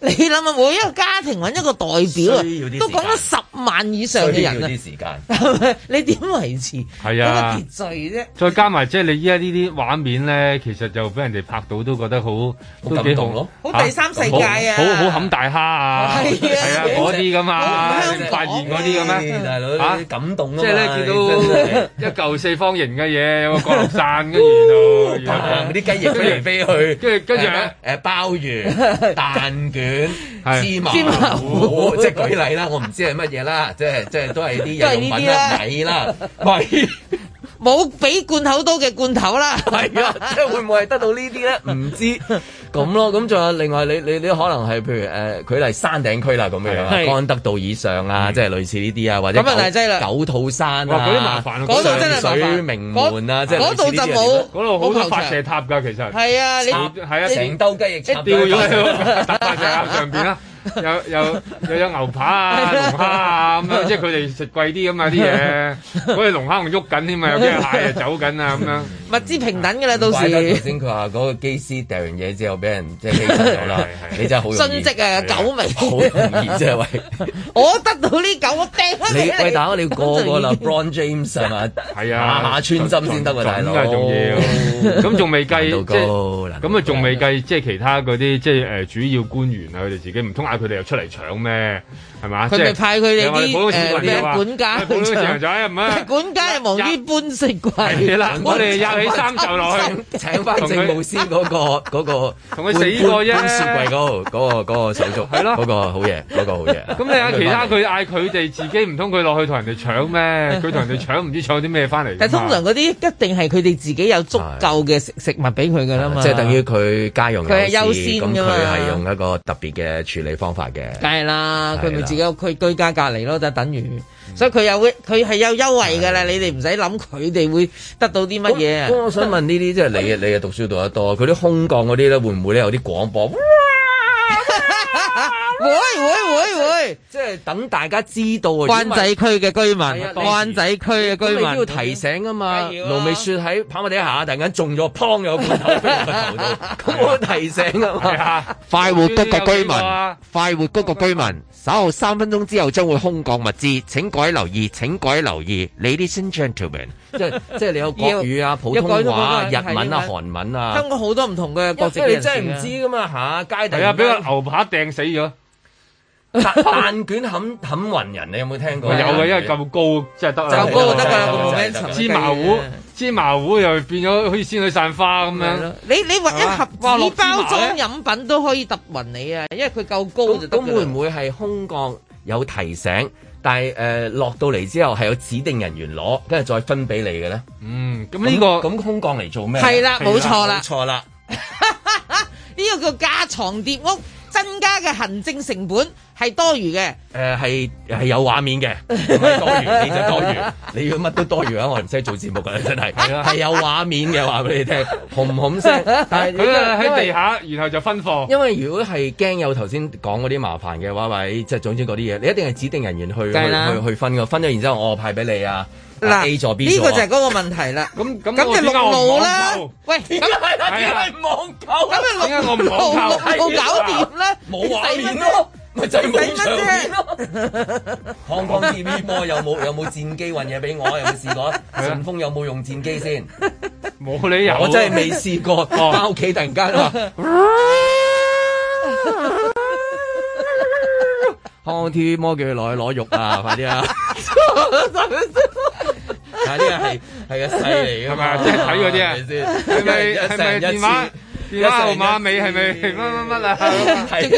D: 你諗下每一個家庭揾一個代表啊
B: 需要啲時，間
D: 都講咗十萬以上嘅
B: 需要
D: 人啊
B: 啲，時間。
D: 係咪 你點維持
C: 係啊
D: 嗰個秩序啫？
C: 再加埋即係你依家呢啲畫面咧，其實就俾人哋拍到都覺得好都
B: 感
C: 幾
B: 動咯
D: 好
C: 嚇
D: 第三世界啊
C: 好好冚大蝦啊，
D: 係啊
C: 係啊嗰啲噶嘛，
D: 好唔香港
C: 你唔發現嗰啲嘅咩？
B: 大佬
C: 嚇
B: 感動啊嘛！
C: 即係咧見
B: 真係
C: 到一嚿四方形嘅嘢，有個角落傘跟啊住然後
B: 呃嘭啲雞翼飛嚟飛去，
C: 跟住跟住咧
B: 誒鮑魚、蛋卷、
C: 係
B: 芝麻
D: 芝麻
B: 糊，即係舉例啦，我唔知係乜嘢啦，即係即係都係啲日用品啦、
D: 都
B: 米啦、米
D: 冇俾罐頭刀嘅罐頭 啦，
B: 係啦，即係會唔會係得到呢啲咧？唔知咁咯。咁仲有另外你你你可能係譬如誒，舉例山頂區啦咁樣啊，
D: 係
B: 安德道以上啊，即係類似呢啲啊，或者
D: 咁啊大劑啦
B: 九肚山
C: 哇
B: 啊，
C: 嗰啲麻煩啊
D: 嗰度真係麻煩
B: 上水名門啊，即係類
D: 嗰
B: 似
D: 度
B: 呢
D: 就
B: 啲嘢
D: 冇
C: 嗰度好
D: 冇
C: 多
D: 球
C: 發
D: 場
C: 射塔㗎，其實。
D: 係啊，你
C: 插係啊，
D: 你
B: 成兜雞 翼插
C: 掉
B: 咗
C: 咗
B: 喺塊
C: 喺個大隻鴨上邊啦，又又又有牛扒 啊、龍蝦啊咁樣，即係佢哋食貴啲咁嘛啲嘢，嗰隻龍蝦仲喐緊添嘛，有 啲蟹啊走緊啊咁樣，
D: 物資平等㗎啦，到
B: 怪得頭
D: 時。
B: 先佢話嗰個機師掉完嘢之後，俾人即係犧牲咗啦
C: 係係，係
B: 你真係好容
D: 殉，
B: 易
D: 職啊，狗味！
B: 好容易啫喂！
D: 我得到呢狗，我掟翻
B: 你
D: 俾
B: 喂大佬，你個個啦
D: 咁就
B: Bron James 係嘛？
C: 係
B: 下
C: 啊
B: 下，穿針先得喎，大佬
C: 準㗎仲要，咁仲未計
B: 難度
C: 即係
B: 高，難度
C: 咁啊，
B: 高
C: 仲未計即係其他嗰啲即係誒主要官員啊，佢哋自己唔通嗌佢哋又出嚟搶咩？係嘛？
D: 佢
C: 即
D: 咪
C: 係
D: 派佢哋
C: 我哋普
D: 啲
C: 通市
D: 誒
C: 民
D: 咩
C: 就話
D: 管家
C: 普通市民就係唔 係
D: 管家係忙於搬食櫃
C: 係。啦，我哋搲起衫袖落去。
B: 請翻政務司嗰個嗰個
C: 同佢死過啫
B: 搬雪櫃嗰個嗰個嗰個手續
C: 係咯
B: 嗰個好嘢，嗰個好嘢。
C: 咁你 嗌其他佢嗌佢哋自己唔通佢落去同人哋搶咩？佢同人哋搶唔知搶啲咩翻嚟㗎嘛？
D: 但通常嗰啲一定係佢哋自己有足夠嘅食食物俾佢噶啦嘛，
B: 啊即係等於佢家用
D: 佢係優
B: 有事
D: 先
B: 咁
D: 㗎嘛
B: 佢係用一個特別嘅處理方法嘅。
D: 梗係啦，佢咪
B: 係啦嗯
D: 自己有佢居家隔離咯，就等於，所以佢有佢係有優惠㗎啦，你哋唔使諗佢哋會得到啲乜嘢
B: 咁
D: 啊。
B: 我想問呢啲即係你你啊讀書讀得多，佢啲空降嗰啲咧會唔會咧有啲廣播？
D: 會會會會，
B: 即係等大家知道啊！
D: 灣仔區嘅居民，
B: 啊你
D: 灣仔區嘅
B: 因為
D: 居
B: 你
D: 民
B: 都要提醒啊嘛。
D: 梗要啦
B: 盧美雪喺跑馬地下突然間中咗，砰有個罐頭飛落 個頭度，咁我提醒啊
C: 係
B: 嘛。
C: 啊，
H: 快活谷嘅居
C: 有幾
H: 民
C: 個啊，
H: 快活谷嘅居民，稍後三分鐘之後將會空降物資，請各位留意，請各位留意，Ladies and gentlemen，
B: 即係即 係你有國語啊、普
D: 要改
B: 通
D: 到
B: 話啊、
D: 嗰個
B: 日文啊、
D: 係
B: 韓文啊
D: 香，港好多唔同嘅國籍
B: 因
D: 嘅
B: 為你
D: 人士啊
B: 真
D: 㗎
B: 係唔知噶嘛嚇，街突
C: 係啊，
B: 然
C: 俾個
B: 間
C: 牛扒掟死咗，
B: 蛋蛋卷冚冚暈人，你有冇聽過？
C: 有嘅，因為夠高即係得啦。
D: 就高就得㗎啦，
B: 就
D: 個
B: 係啊
D: momentum 啊
C: 芝麻糊，芝麻糊又變咗好似仙女散花咁
D: 係
C: 樣。
D: 咯你你揾一盒
C: 哇落
D: 紙
C: 芝麻
D: 包
C: 呢
D: 裝飲品都可以揼暈你啊，因為佢夠高就
B: 咁
D: 得
B: 咁
D: 㗎
B: 會
D: 啦。
B: 唔會係空降有提醒，但係誒、呃落到嚟之後係有指定人員攞，跟住再分俾你嘅咧？
C: 嗯，咁呢個
B: 咁空降嚟做咩？
D: 係啦冇錯啦
B: 冇錯啦。
D: 呢個叫加床疊屋，增加嘅行政成本係多餘嘅。
B: 誒呃係係有畫面嘅，唔係多餘你就 多餘，你要乜都多餘啊！我哋唔使做節目㗎，真係
C: 係啊
B: 係有畫面嘅話俾你聽，紅唔紅聲？但係
C: 佢啊
B: 因
C: 喺
B: 為
C: 地下，然後就分貨。
B: 因為如果係驚有頭先講嗰啲麻煩嘅話，或者即係總之嗰啲嘢，你一定係指定人員去去
D: 係啦
B: 去去分嘅，分咗然之後我派俾你啊。啊 A 座 B
D: 呢
B: 座啊，
D: 個就係嗰個問題啦。
C: 咁咁
D: 咁
C: 我
D: 就
C: 點解
D: 六
C: 我唔
D: 路
C: 網
D: 啦
C: 購。
D: 喂，咁咁
B: 係啦
C: 係啊
B: 點解網購
D: 啊
B: 啊？
C: 點解我
D: 六
C: 唔
D: 路
C: 網購
D: 六路
B: 係
D: 搞
B: 啊
D: 掂啦，
B: 冇畫
D: 使
B: 面
D: 乜
B: 咯，咪就係冇
D: 使乜
B: 場
D: 啫
B: 面咯。香港 TV 波有冇有冇戰機運嘢俾我？有冇試 過？
D: 啊
B: 順豐有冇用戰機先？
C: 冇理由。
B: 我真係未試過，
C: 啊哦
B: 翻屋企突然間 話。康 TV 魔叫佢攞去攞肉 啊！快啲啊！係呢個係係個勢嚟㗎
C: 係
B: 嘛？
C: 咪即係睇嗰啲啊
B: 係咪先？
C: 係咪係咪電話電話號碼尾係咪
B: 一成一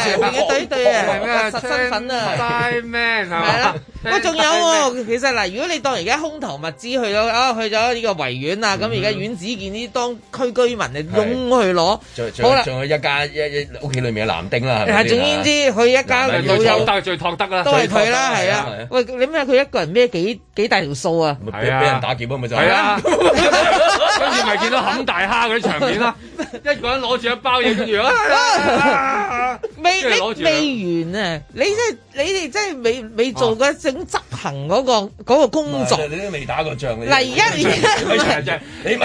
B: 次
C: 乜乜 乜啊？
B: 係啊
D: 仲要對對啊，
B: 係啊
D: 仲要對對啊，
C: 係咩啊？
D: 實身份啊！
C: Time Man
D: 係
C: 係嘛
D: 啦？， 喂，仲有喎，其實嗱，如果你當而家空投物資去咗啊，去咗呢個維園啊，咁而家院子見呢啲當區居民啊，擁去攞，
B: 仲仲
D: 好啦
B: 仲有一家一一屋企裏面嘅男丁啦，係咪
D: 係
B: 先
D: 總
B: 啊
D: 言之，佢一家
B: 嗱
D: 老
C: 最
D: 友
C: 托得最托得啦
D: 都。係佢啦，係
B: 最多係啊
D: 啊，喂，你咩？佢一個人孭幾幾大條數啊？
B: 咪俾
C: 係啊
B: 俾人打劫啊咪就
C: 係啊，跟住咪見到冚大蝦嗰啲場面 啦，一個人攞住一包嘢，跟住啊啊，
D: 未
C: 即係
D: 你
C: 攞住
D: 未
C: 啦
D: 完啊！你真係你哋真係未未做過整執行嗰個嗰個工作。
B: 你都未打過仗，你
D: 嗱，而家而家。
C: 真係啊
B: 你咪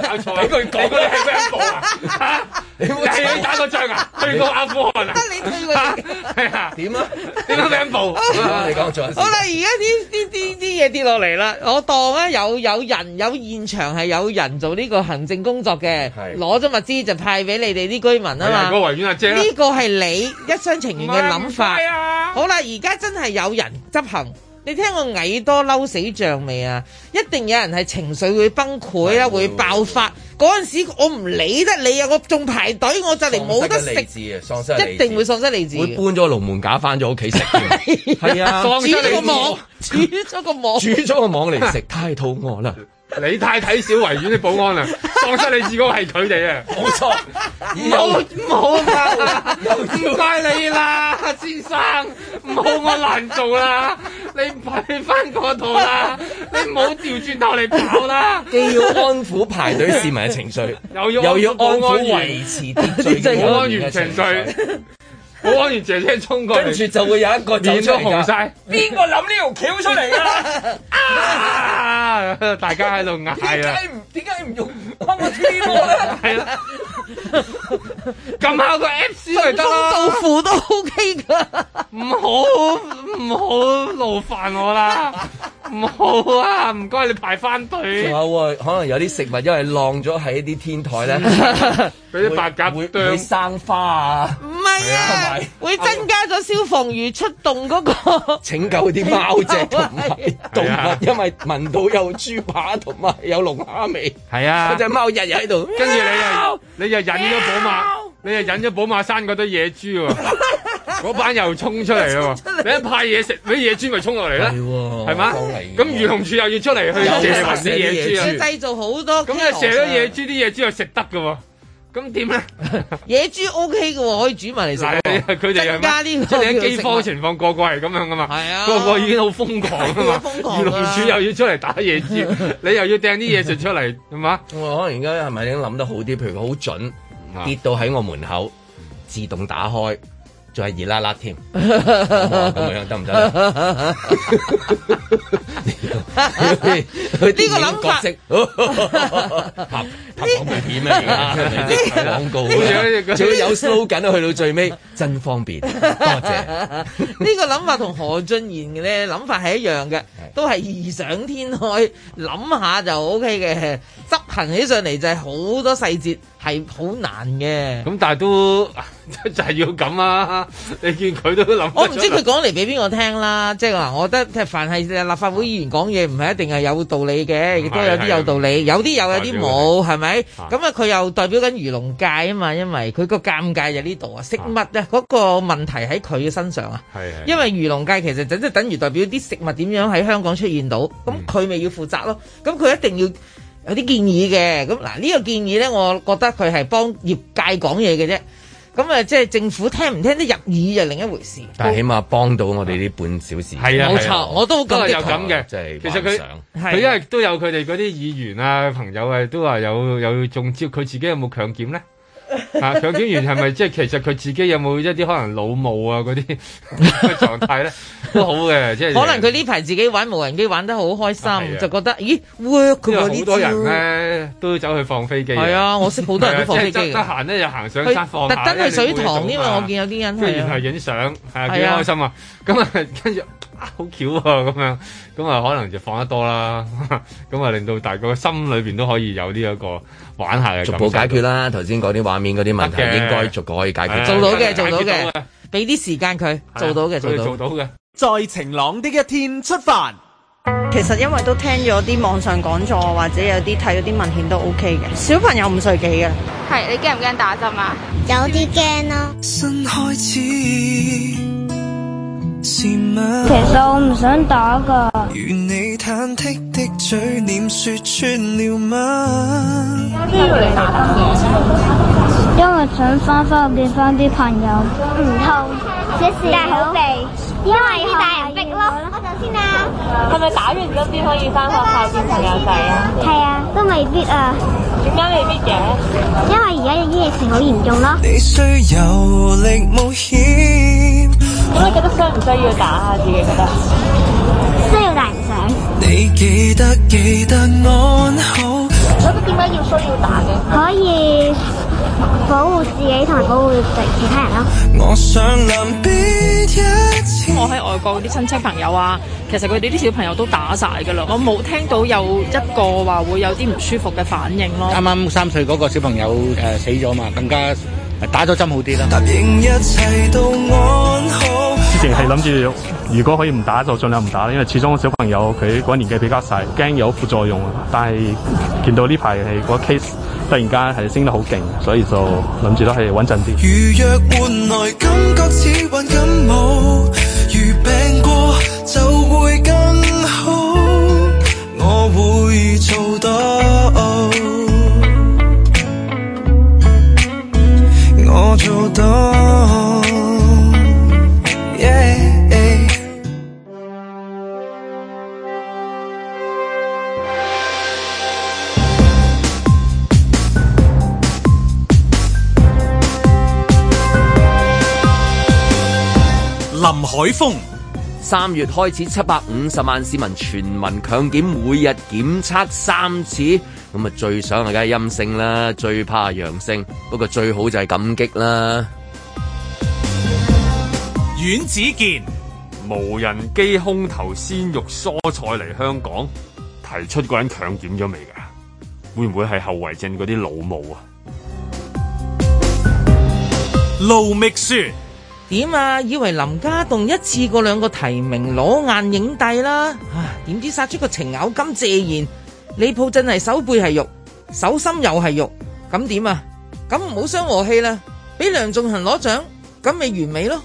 C: 搞錯，啊
B: 俾佢講
C: 你嗰啲係咩 部啊？
B: 你
C: 你係去打個仗啊？去過阿富汗啊？
D: 得你推 過你
C: 係啊，
B: 點啊？
C: 點 解咩
D: 啊
C: 部？
B: 你講咗
D: 好啦，而家啲啲啲啲嘢跌落嚟啦，我當啊有有人有現場係有人做呢個行政工作嘅，
B: 係
D: 攞咗物資就派俾你哋啲居民
C: 係啊
D: 啊
C: 個
D: 嘛。
C: 維園阿姐啦
D: 呢，個係你一廂情願嘅諗法
C: 唔係。啊。
D: 好啦，而家真係有人執行。你聽過蟻多嬲死象未啊？一定有人係情緒會崩潰啦，
B: 係
D: 會爆發。嗰陣時我唔理得你啊，我仲排隊，我就嚟冇得食，
B: 喪失理智啊！喪失理
D: 一
B: 智
D: 定會喪失理智
B: 會
D: 嘅。
B: 搬咗龍門架翻咗屋企食添，係 啊，
C: 喪
D: 煮
C: 失
D: 咗
C: 理
D: 個
C: 智
D: 網，煮咗個網。
B: 煮咗個網嚟食，太肚餓啦！
C: 你太睇小維園啲保 安啦，啊喪失理智嗰個係佢哋啊！
B: 冇錯，
C: 唔好唔好啊！唔該你啦，先生，唔好我難做啦，你去翻嗰度啦，你唔好調轉頭嚟跑啦！
B: 既要安撫排隊市民嘅情緒，
C: 又要
B: 又要安
C: 保
B: 撫
C: 安員
B: 維持秩序嘅
C: 保安
B: 人
C: 員
B: 嘅
C: 情 緒，保安員姐姐衝過
B: 跟
C: 嚟，
B: 住啊就會有一個走
C: 面
B: 出
C: 都
B: 嚟㗎
C: 紅晒。
B: 邊個諗呢條橋出嚟 㗎？
C: 啊！大家喺度
B: 點
C: 嗌啊！
B: 解唔點解唔用香港 TV 波咧？
C: 係啦，撳下個 Apps 嚟得
D: 豆
C: 啦，
D: 腐都 OK 噶，
C: 唔好唔好勞煩我啦，唔好啊，唔該你排翻
B: 仲
C: 隊，
B: 有喎，可能有啲食物因為晾咗喺啲天台咧，
C: 俾啲白鴿
B: 會會
C: 啄，
B: 生花啊，啊
D: 唔係啊
B: 同埋，
D: 會增加咗消防員出動嗰個
B: 拯救啲貓隻同埋動
C: 係啊
B: 物，因為聞到有豬扒同埋有龍蝦味，
C: 係啊
B: 嗰，隻貓日日喺度，
C: 跟住你又你又引咗寶馬，你又引咗寶馬山嗰堆野豬喎，嗰班又衝出嚟咯喎，你一派嘢食，啲野豬咪衝落嚟啦，
B: 係喎
C: 係嘛
B: 當嚟？
C: 咁漁農處又要出嚟去
B: 又
C: 射暈
B: 射啲
C: 啲野
B: 野
C: 豬啊！
B: 豬
D: 製造好多
C: 咁
D: 啊
C: 你射咗野豬，啲野豬又食得嘅喎，咁點咧？
D: 野豬 OK 嘅喎，可以煮埋嚟食喎。
C: 嗱，佢哋又
D: 增加呢個
C: 即係你喺饑荒
D: 食物
C: 情況，個個係咁樣噶嘛，
D: 係啊
C: 個個已經好瘋狂噶嘛，
D: 已經瘋狂
C: 漁
D: 㗎
C: 農
D: 啦
C: 署又要出嚟打野豬，你又要掟啲嘢食出嚟，係嘛？
B: 我可能而家係咪已經諗得好啲？譬如佢好準，
C: 啊
B: 跌到喺我門口，自動打開，仲係熱辣辣 添，咁樣得唔啊得？
D: 呢
B: 呢個
D: 個諗法
B: 法， 拍拍廣告片咩？而家廣告
C: 呢個
B: 啊，仲要有 slogan 啊去到最尾，真方便，多謝。
D: 呢個諗法同何俊賢嘅咧諗法係一樣嘅，都係異想天開，諗下就 OK 嘅，執騰起上嚟就係好多細節係好難嘅。
C: 咁但係都 就係要咁啊！你見佢都諗，
D: 我唔知哦佢講嚟俾邊個聽啦，即係嗱，我覺得即係凡係立法會議員講嘢唔係一定係有道理嘅，亦都有啲嗯有道理，有啲有，有啲冇，係咪？咁啊，佢又代表緊漁農界啊嘛，因為佢個尷尬就呢度啊，食物咧嗰個問題喺佢嘅身上啊。
C: 係係
D: 因為漁農界其實就即係等於代表啲食物點樣喺香港出現到，咁佢咪要負責咯？咁佢一定要有啲建議嘅。咁嗱，呢個建議呢，我覺得佢係幫業界講嘢嘅啫。咁啊，即係政府聽唔聽得入耳就另一回事。
B: 但係起碼幫到我哋呢半小時。
C: 係啊，
D: 冇
C: 係啊
D: 錯我都好
C: 都
D: 感
C: 係
D: 激
C: 有咁嘅，
B: 即係
C: 其實佢
B: 幻想
C: 佢因為都有佢哋嗰啲議員啊朋友啊，都話有有中招，佢自己有冇強 檢咧？啊，強檢員係咪即係其實佢自己有冇一啲可能老母啊嗰啲 嘅狀態咧？都好嘅，即係
D: 可能佢呢排自己玩無人機玩得好開
C: 係啊
D: 心，就覺得咦 work
C: 因
D: 佢
C: 為
D: 喎
C: 好
D: 呢
C: 多
D: 招
C: 人咧都走去放飛機，
D: 係，啊，我識好多人都放飛機
C: 即係得
D: 嘅
C: 得，閒咧就行上
D: 佢
C: 山放
D: 特
C: 下
D: 登去水塘，因為我見
C: 有
D: 有啲人
C: 跟
D: 係
C: 住然後
D: 啊
C: 影相，係啊幾
D: 係啊
C: 開心啊！咁啊，跟住啊好巧啊咁樣，咁啊可能就放得多啦， 咁啊令到大個心裏邊都可以有呢一個玩下嘅
B: 逐步解決啦，頭先嗰啲畫面嗰啲問題
C: 得嘅
B: 應該逐個可以解決。
D: 做到嘅
C: 解決
D: 做到嘅
C: 解決到嘅
D: 俾啲時間佢做到嘅，
C: 係啊佢
D: 做
C: 哋
D: 到
C: 做。到嘅。
E: 在晴朗的一天出發。
I: 其實因為都聽咗啲網上講座或者有啲睇咗啲文獻都 OK 嘅。小朋友五歲幾嘅，
J: 係你驚唔驚打針啊？
K: 有啲驚咯。
G: 新開始，是
K: 其
G: 嗎？
K: 實我唔想打噶，
G: 與你忐忑的嘴臉說穿了嗎？
K: 因為想翻返去見翻啲朋友。唔痛，但係好肥，因為啲大人逼咯。我走先啊啦。
J: 係咪打完針先可以翻學校見朋友仔啊？
K: 係啊，都未必啊，
J: 點解未必嘅？
K: 因為而家已經疫情好嚴重咯。
G: 你需遊歷冒險，
J: 咁你覺得需唔需要打啊？自己覺得？
K: 需要大人想，
G: 你記得記得安好。
J: 覺得點解要需要打嘅？
K: 可以保護自己同埋保護其他人咯。
G: 我想臨別一次。
J: 我喺外國啲親戚朋友啊，其實佢哋啲小朋友都打晒㗎啦，我冇聽到有一個話會有啲唔舒服嘅反應咯。
L: 啊
M: 啱啱三歲嗰個小朋友誒、呃死咗嘛，更加呃打咗針好啲啦。
G: 答應一切都安好。
N: 之前係諗住，如果可以唔打就盡量唔打啦，因為始終小朋友佢嗰個年紀比較細，驚有副作用啊。但係見到呢排係個 case 突然間係升得好勁，所以就諗住都係穩陣啲。
G: 如若換來感覺似患感冒，如病過就會更好，我會做到，我做到。Yeah.
A: 林海峰、
B: 三月開始，七百五十萬市民全民強檢，每日檢測三次。咁啊，最想啊，梗係陰性啦，最怕陽性。不過最好就係感激啦。
A: 阮子健、
C: 無人機空投鮮肉蔬菜嚟香港，提出嗰人強檢咗未㗎？會唔會係後遺症嗰啲老母啊？
A: 盧覓雪、
D: 點啊？以為林家棟一次過兩個提名攞硬影帝啦，啊！點知殺出個程咬金謝賢，李普真係手背係肉，手心又係肉，咁點啊？咁唔好傷和氣啦，俾梁仲恒攞獎，咁咪完美咯！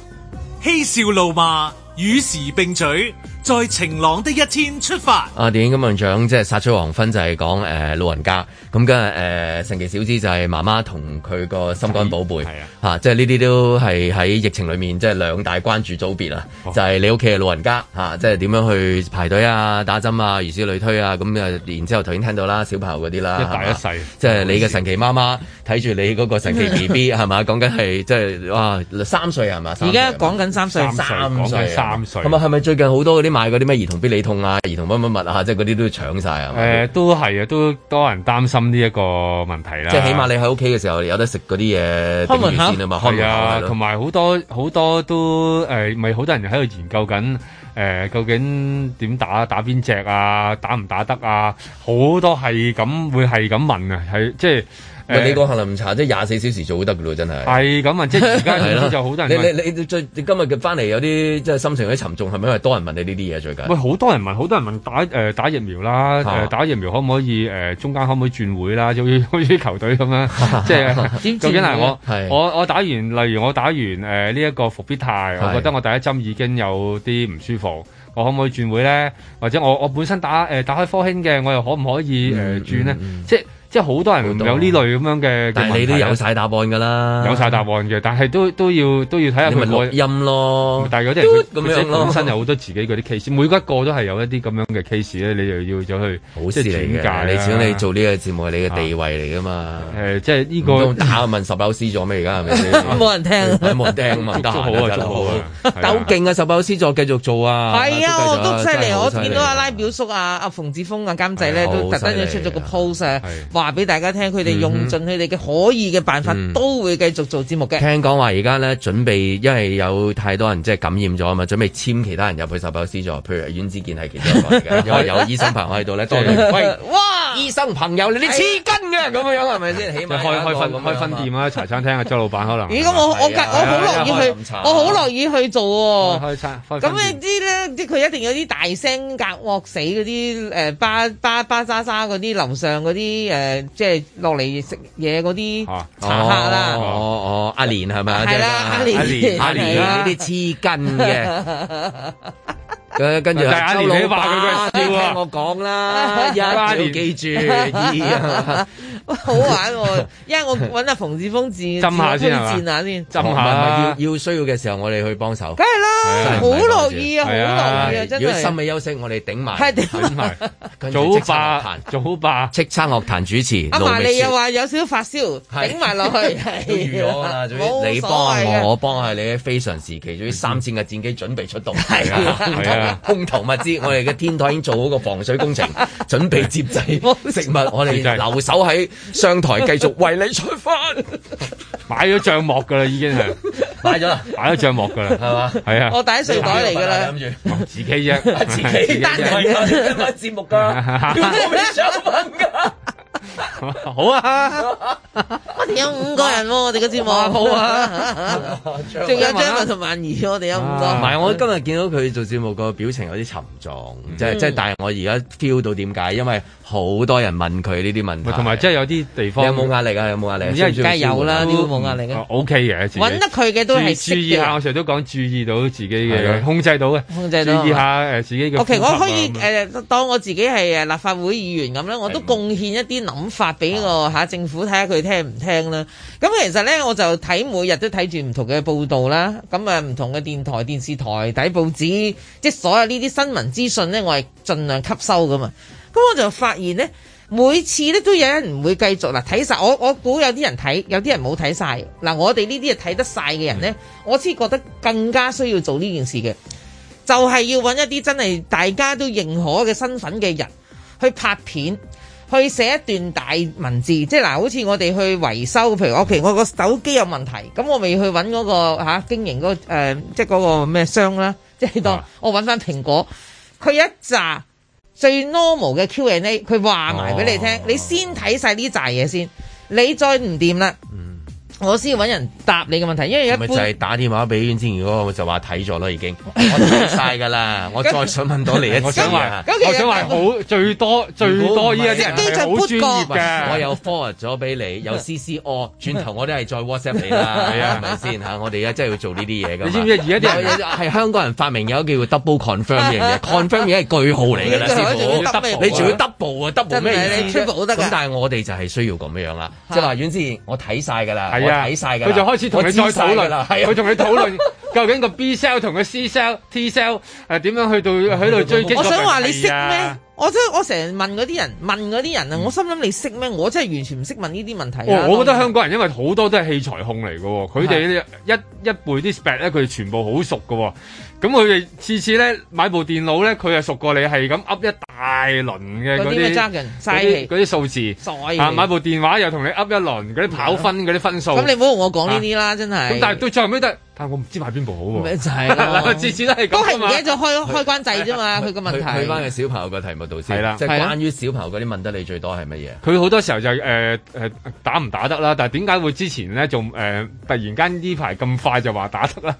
A: 嬉笑怒罵，與時並舉，在晴朗的一天出發。
B: 啊！電影金像獎即係殺出黃昏就係講誒老人家，咁跟住誒神奇小子就係媽媽同佢個心肝寶貝，
C: 係
B: 嚇、
C: 啊
B: 即係呢啲都係喺疫情裏面即係兩大關注組別啊，
C: 哦
B: 就係你屋企嘅老人家嚇、即係點樣去排隊啊、打針啊、如此類推啊，咁啊，然之後頭先聽到啦，小朋友嗰啲啦，
C: 一大一
B: 係嘛
C: 細
B: 即係你嘅神奇媽媽睇住你嗰個神 奇 B B 係嘛，講緊係即係哇三歲係嘛，三
D: 而
B: 啊歲
D: 家
B: 係嘛
D: 講緊三歲，
C: 三歲講緊三歲
B: 咁啊，係咪最近好多嗰啲賣嗰啲咩兒童必理痛啊、兒童乜乜乜啊，即係嗰啲都搶晒啊？
C: 誒、
B: 係咪
C: 都係啊，都多人擔心呢一個問題啦。
B: 即係起碼你喺屋企嘅時候有得食嗰啲嘢，
D: 開門口
B: 頂住先啊嘛，開
C: 係
B: 門口係
C: 啊，
B: 咯
C: 同埋好多好多都誒，咪、好多人喺度研究緊誒究竟點打打邊只啊，打唔打得啊，好多係咁會係咁問啊，係即係。
B: 喂你個杏林茶即係廿四小時做得㗎咯，真係。
C: 係咁啊！即係而家
B: 係
C: 總
B: 咯
C: 之就好多人問
B: 你你你最你今日嘅翻嚟有啲即係心情有啲沉重，係咪因為多人問你呢啲嘢最近？
C: 喂，好多人問，好多人問打誒、呃打疫苗啦，誒、
B: 啊
C: 打疫苗可唔可以誒、呃中間可唔可以轉會啦？ 就好似好似球隊 咁樣，即係
B: 點
C: 究竟
B: 轉
C: 嗱
B: 會啊
C: 我
B: 係
C: 我我打完，例如我打完誒呢一個復必泰，我覺得我第一針已經有啲唔舒服。我可唔可以轉會咧？或者我我本身打誒、呃打開科興嘅，我又可唔可以誒、呃轉咧？即即係好多人有呢類咁樣嘅嘅
B: 但係你都
C: 問題啊
B: 有晒答案㗎啦，
C: 有晒答案嘅，但係都都要都要睇下
B: 你
C: 佢
B: 咪
C: 個
B: 錄音咯。
C: 但係有啲人佢
B: 咁
C: 佢
B: 樣
C: 自己
B: 咯
C: 本身有好多自己嗰啲 case，每一個都係有一啲咁樣嘅 case 咧，你又要咗去
B: 好事嚟
C: 啊
B: 嘅，你始終你做呢個節目係你嘅地位嚟㗎嘛。
C: 誒，即係呢
B: 個打問十樓 C 咗咩？而家係咪先？
D: 冇人 聽啊
B: 係啊冇人聽嘛，得
C: 祝
B: 閒
C: 好啊
B: 就得啦
C: 祝好啊
B: 好但好勁啊！十樓 C 座繼續做啊！
D: 係啊，我都犀
B: 真
D: 利，
B: 係好
D: 我
B: 犀利
D: 見到阿拉表叔啊、阿馮志峰啊監製咧，
B: 係啊
D: 都特登
B: 好
D: 咗
B: 犀
D: 出
B: 利
D: 咗個 post 啊，話俾大家聽，佢哋
B: 嗯哼
D: 用盡佢哋嘅可以嘅辦法
B: 嗯，
D: 都會繼續做節目嘅。
B: 聽講話而家咧準備，因為有太多人即係感染咗啊嘛，準備簽其他人入去十九 C 座，譬如阮子健係其中一個嚟 嘅，因為有醫生朋友喺度咧，多啲喂，
D: 哇！
B: 醫生朋友，你哋黐筋嘅咁樣樣係咪先？起
C: 即
B: 碼
C: 係開開分
B: 有一個咁
C: 開
B: 樣
C: 分店啊，茶餐廳啊，周老闆可能。
D: 咦，咁我
B: 啊
D: 我我好樂意去，我好樂意去做喎。
C: 開餐開
B: 啊
D: 咁
C: 分
D: 你
C: 店
D: 知咧，即係佢一定有啲大聲隔惡死嗰啲誒巴巴巴渣渣嗰啲樓上嗰啲誒，即係落嚟食嘢嗰啲茶客啊啦
B: 哦。哦，阿蓮係咪啊？
D: 係啦
B: 即係
D: 阿蓮
B: 阿蓮
D: 係啊
B: 呢啲黐筋嘅。跟跟住
C: 但係阿蓮你話佢佢笑啊
B: 周老闆你聽我講 啦，一要記住，啊 二
D: 好玩 喎！因為我揾阿馮志峰自
B: 浸下
D: 自
B: 先係嘛
D: 我推薦下先，
B: 唔係唔係要要需要嘅時候，我哋去幫手。
D: 梗係啦，好樂意啊，好樂意啊，真
B: 如果心
D: 係。
B: 理休息，我哋頂埋，
D: 係頂
B: 埋，
C: 早霸早霸，
B: 叱咤樂壇主持
D: 阿
B: 盧
D: 嫲
B: 覓
D: 你
B: 雪
D: 又話有少少發燒，
B: 係
D: 頂埋落去，係
B: 都預咗 啦，總之你幫我，我幫下你，非常時期，總之三千架戰機準備出動，嗯係
D: 啊
C: 係啊
B: 空投物資，我哋嘅天台已經做好個防水 工程，準備接濟食物，我哋留守喺商台繼續為你出發，
C: 買咗帳幕㗎啦，已經係
B: 買咗啦，
C: 買咗帳幕㗎啦，
B: 係嘛？
C: 係啊，
D: 我帶水袋嚟㗎啦
B: 諗住
C: 自己啫，
B: 自己單人嘅節目 㗎，要我哋上班㗎，
C: 好啊，
D: 我哋有五個人喎，我哋嘅節目好 啊， 仲有張文同萬怡，我哋有五
B: 唔
D: 個。
B: 係，我今日見到佢做節目個表情有啲沉重，即係即係，但係我而家 feel 到點解，因為好多人問佢呢啲問題，
C: 同埋即係有啲地
B: 你
C: 方
B: 有冇壓力啊？有冇壓力啊？
C: 因為
B: 需唔需要
C: 梗係有啦
B: 舒緩
D: 呢
B: 啊
D: 個冇壓力嘅
C: O K 嘅，自己
D: 揾得佢嘅都係
C: 注
D: 識
C: 注意下，
D: 嘅。
C: 我成日都講注意到自己
B: 係
C: 嘅
B: 啊
C: 控制到嘅，
D: 控制到
C: 注意下誒自己嘅呼吸啊。
D: OK，我可以
C: 咁樣
D: 誒當我自己係誒立法會議員咁啦，我都貢獻一啲諗法俾
C: 啊
D: 個嚇政府睇下佢聽唔聽啦。咁其實咧，我就睇每日都睇住唔同嘅報道啦，咁啊唔同嘅電台、電視台、睇報紙，即係所有呢啲新聞資訊咧，我係盡量吸收噶嘛。咁我就發現咧，每次咧都有人唔會繼續嗱睇晒。我我估有啲人睇，有啲人冇睇晒。嗱，我哋呢啲係睇得晒嘅人
C: 嗯
D: 咧，我先覺得更加需要做呢件事嘅。就係要揾一啲真係大家都認可嘅身份嘅人去拍片，去寫一段大文字。即係嗱，好似我哋去維修，譬如我譬如我個手機有問題，咁我咪去揾嗰、個嚇、經營嗰、個呃即係嗰個咩商啦， 即係
B: 啊
D: 當我揾翻蘋果，佢一紮最 normal 嘅 Q&A，佢話埋俾你
B: 哦
D: 聽，你先睇晒呢扎嘢先，你再唔掂啦，我先揾人答你嘅問題，因為一
B: 嗯
D: 般
B: 咪就係打電話俾袁之前嗰個就話睇咗啦，已經我睇晒㗎啦，我再想問多你一次啊
C: 我想話，我想話好最多最
B: 如果
C: 多
B: 唔係
C: 依家啲人係好專業嘅，
B: 我有 forward 咗俾 你，有 CCO，轉頭我都係再 WhatsApp 你啦，
C: 係啊
B: 係咪先嚇？我哋而家真係要做呢啲嘢㗎嘛。
C: 你知唔知而家啲人
B: 有係香港人發明有一個叫 double confirm 嘅嘢，confirm 已經係句號嚟㗎啦，
D: 你仲要
B: 師
D: double 啊
B: 傅，你仲要 double 啊，double
D: 真係
B: 咩意思啫
D: 你 triple 都得㗎
B: 咁但係我哋就係需要咁樣啦，即係話阮之前我睇晒㗎啦，我
C: 係啊，
B: 睇晒㗎啦，
C: 佢就開始同你再討論
B: 啦，係啊
C: 佢同你討論 究竟個 B cell 同個 C cell、T cell 誒點樣去到喺度追擊個病例
D: 我
C: 啊。
D: 想話你識咩？我真我成日問嗰啲人，問嗰啲人啊，我心諗你識咩？我真係完全唔識問呢啲問題啊。
C: 哦我覺得
D: 當然
C: 香港人因為好多都係器材控嚟嘅喎，佢哋一一輩啲 spec 咧，佢哋全部好熟嘅喎。咁佢哋次次咧買部電腦咧，佢係熟過你，係咁噏一大輪嘅
D: 嗰
C: 嗰
D: 啲咩
C: 啲
D: jargon，嘥
C: 嗰
D: 氣
C: 啲嗰啲數字
D: 嘥氣
C: 啊！買部電話又同你噏一輪嗰啲跑分嗰啲分數。
D: 咁你唔好同我講呢啲啦，真係。
C: 咁但係到最後尾都係但我唔知買邊部好喎。
D: 咪就係咯
C: 次次都係咁
D: 都係
C: 㗎嘛
D: 唔記得咗開開關掣啫嘛，
B: 去
D: 佢個問
B: 去翻
D: 題。
B: 嘅小朋友個題目度先，
C: 係啦
B: 即係
C: 係啦
B: 關於小朋友嗰啲問得你最多係乜嘢？
C: 佢好多時候就誒、呃呃打唔打得啦，但係點解會之前咧仲誒呃突然間呢排咁快就話打得啦？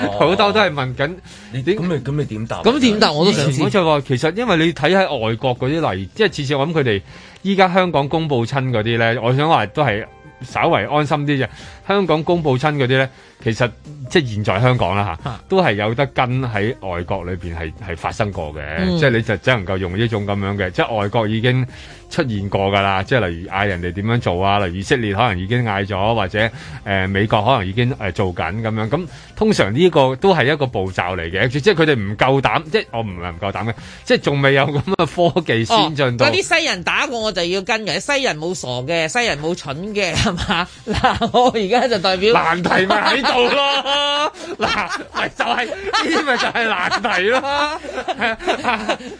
D: 哦
C: 好、多都係問緊
B: 你點咁你咁你點答
D: 咁點答我都想知
C: 我就話啊其實因為你睇喺外國嗰啲例，即係次次我諗佢哋依家香港公佈親嗰啲咧，我想話都係稍為安心啲啫。香港公佈親嗰啲咧，其實即係現在香港
D: 啊
C: 啦嚇，都係有得跟喺外國裏邊係係發生過嘅，
O: 嗯
C: 即係你就只能夠用呢種咁樣嘅，即係外國已經出現過㗎啦。即係例如嗌人哋點樣做啊，例如以色列可能已經嗌咗，或者誒、呃美國可能已經誒、呃做緊咁樣。咁通常呢個都係一個步驟嚟嘅，即係佢哋唔夠膽，即係我唔係唔夠膽嘅，即係仲未有咁嘅科技
D: 哦
C: 先進到。
D: 嗰啲西人打過我就要跟嘅，西人冇傻嘅，西人冇蠢嘅，係嘛？ 嗱，我而家就代表
C: 難題咪喺度咯，嗱，咪就係呢啲咪就係難題咯，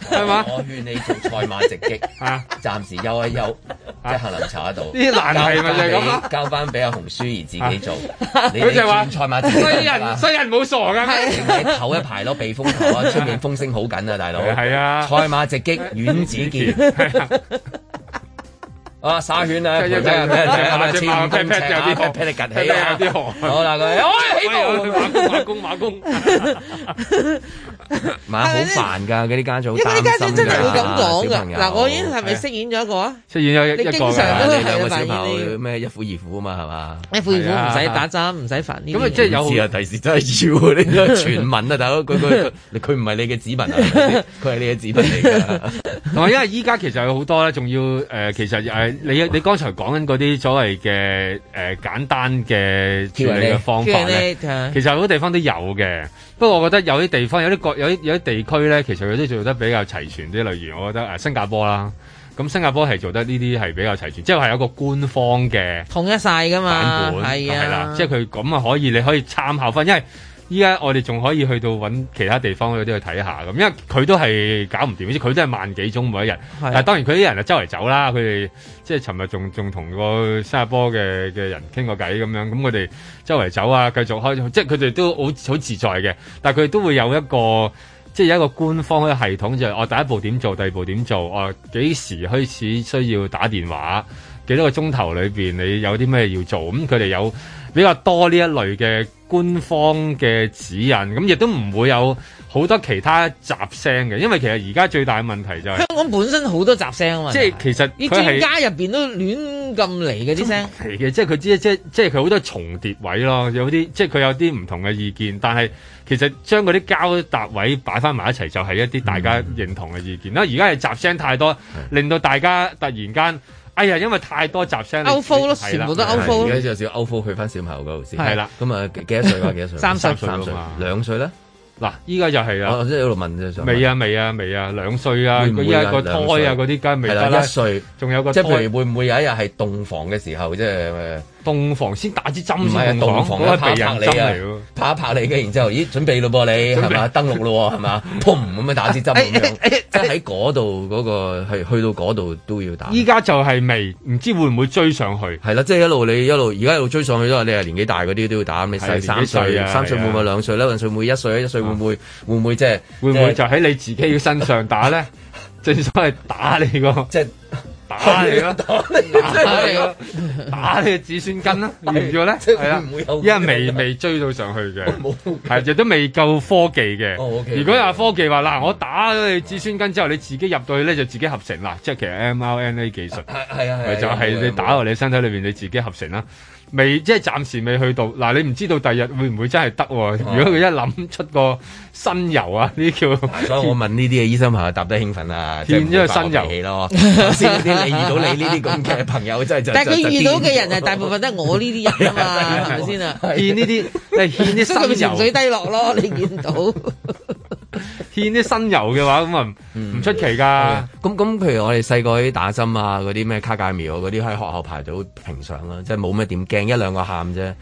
C: 係嘛？
B: 我勸你做賽馬直擊，暫時休一休，即係杏林茶度。
C: 呢啲難題咪就係咁咯
B: 交翻俾阿洪舒怡自己做。你
C: 佢就話
B: 你轉賽馬直擊
C: 西人西人冇傻㗎，
B: 你唞一排咯，避風頭啊，出面風聲好緊啊，大佬。
C: 係啊
B: 賽馬直擊，阮子健。啊，耍圈啊，
C: 即係
B: 陪睇下俾人睇下，
C: 隻
B: 千
C: 馬
B: 五公尺
C: 劈
B: 啊，
C: 劈有啲
B: 劈
C: 汗
B: 劈你趌起啊，
C: 劈劈有啲汗
B: 好啦，佢哎起步。
C: 馬公馬公馬公。
B: 馬好煩㗎，嗰啲家長好
D: 因為
B: 擔
D: 啲
B: 心
D: 家長真係會咁
B: 㗎
D: 講
B: 小朋
D: 㗎。
B: 友
D: 嗱，我已經係咪飾演咗一個啊？
C: 出現咗一
D: 你
C: 一
D: 經常
C: 個㗎
D: 都
B: 哦你兩個
D: 係
B: 小
D: 扮演
B: 朋
D: 呢
B: 友咩一虎二虎啊嘛係嘛？
D: 啲，一哎副二虎唔使打針，唔使煩呢啲嘢。
B: 咁啊，即係有啊！第時真係要呢個傳聞啊，大佬 佢佢佢唔係你嘅子民啊，佢係你嘅子民嚟㗎。
C: 同埋因為依家其實有好多咧，仲要誒、呃其實誒、呃你你剛才講緊嗰啲所謂嘅誒、呃、簡單嘅處理嘅方法咧，
D: Q&A，
C: 其實好多地方都有嘅。不過我覺得有啲地方有啲國有啲有啲地區咧，其實佢都做得比較齊全啲。例如我覺得誒、呃新加坡啦，咁新加坡係做得呢啲係比較齊全，即係係有一個官方嘅。
D: 統一晒㗎啊嘛
C: 版，本
D: 係
C: 係
D: 啊
C: 啦，，即係佢咁啊可以，你可以參考翻，因為依家我哋仲可以去到揾其他地方嗰啲去睇下咁，因為佢都係搞唔掂，即係佢都係萬幾宗每一日。但係當然佢啲人就周圍走啦，佢哋即係尋日仲仲同個新加坡嘅嘅人傾過偈咁樣，咁佢哋周圍走啊，繼續開，即係佢哋都好好自在嘅，但係佢哋都會有一個。即係有一個官方嘅系統，就係、我哦第一步點做，第二步點做，我幾時開始需要打電話，幾多個鐘頭裏邊你有啲咩要做，咁佢哋有比較多呢一類嘅官方嘅指引，咁亦都唔會有好多其他雜聲嘅，因為其實而家最大嘅問題就係、
D: 香港本身好多雜聲啊嘛。
C: 即係其實
D: 啲
C: 佢
D: 專
C: 係
D: 家入邊都亂咁嚟嘅啲聲。
C: 係嘅，即係佢知即即係佢好多重疊位咯，有啲即係佢有啲唔同嘅意見，但係其實將嗰啲交搭位擺翻埋一齊，就係一啲大家
B: 嗯
C: 認同嘅意見啦。而家係雜聲太多，令到大家突然間，哎呀，因為太多雜聲，你
D: outfall 咯
C: 係
D: 全
C: 啦
D: 部都 outfall
B: 而家就少歐夫去翻小朋友嗰度先。
C: 係啦
B: 咁啊幾幾多歲啊？幾多歲？
C: 三歲
B: 三歲
C: 啊嘛，
B: 兩歲咧？
C: 嗱，依家就係啊
B: 我哦即係喺度問啫，想問
C: 未啊，未啊，未啊，兩歲啊，
B: 會唔會
C: 佢依家個
B: 有
C: 胎
B: 兩
C: 啊，
B: 歲
C: 嗰啲梗係未
B: 係
C: 得
B: 啦
C: 啦，
B: 一歲
C: 仲有個
B: 即係
C: 胎
B: 譬如會唔會有一日係洞房嘅時候，即呃係誒
C: 洞房先打支針
B: 唔係啊
C: 先洞
B: 洞
C: 房
B: 房
C: 嗰個
B: 啊
C: 係
B: 拍
C: 避
B: 一
C: 孕
B: 拍你
C: 針
B: 啊
C: 嚟喎，
B: 拍一拍你嘅，然之後咦準備咯噃你係 嘛登陸咯喎係嘛，砰咁樣打支針
C: 哎
B: 咁樣，即係喺嗰度嗰個係去到嗰度都要打。
C: 依家就係未，唔知會唔會追上去？
B: 係啦，即係一路你一路而家一路追上去都係你係年紀大嗰啲都要打，咁你
C: 係啊
B: 細
C: 年紀
B: 三
C: 細
B: 歲
C: 啊，
B: 三歲
C: 係啊啊
B: 會唔會兩歲咧？兩歲會唔會一歲？一歲會唔會會唔會即係
C: 會唔會就喺你自己嘅身上打 咧？正所謂打你個，
B: 即係啊
C: 打你啊 咯，打 你咯，打你嘅子孫根啦，要唔要咧？
B: 即係
C: 係啦
B: 會唔會有，
C: 因為未未追到上去嘅，係亦都未夠科技嘅。
B: 哦，OK
C: 如果話科技話嗱，我打咗你子孫根之後，你自己入到去咧就自己合成啦，即係其實 mRNA 技術。
B: 係啊係
C: 咪
B: 啊，
C: 就係你打落你身體裏邊，你自己合成啦。未即係暫時未去到，嗱你唔知道第日會唔會真係得
B: 哦
C: 喎？如果佢一諗出個新油啊，呢啲叫
B: 所以我問呢啲嘅醫生朋友答得興奮 啊，
C: 獻咗個
B: 即係
C: 新油
B: 唔好發脾氣咯。 頭先嗰啲你遇到你呢啲咁嘅朋友真 係就
D: 但係佢遇到嘅人
B: 係
D: 係大部分都係我呢啲人啊嘛，係咪先 啊？
C: 獻呢 啲，你獻啲
D: 所以佢咪
C: 新
D: 潛水
C: 油，
D: 低落咯，你見到
C: 獻啲新油嘅話，咁啊唔
D: 嗯
C: 唔出奇㗎。
B: 咁咁，譬如我哋細個啲打針啊，嗰啲咩卡介苗嗰啲喺學校排到平常啦，即係冇咩點驚，一兩個喊啫。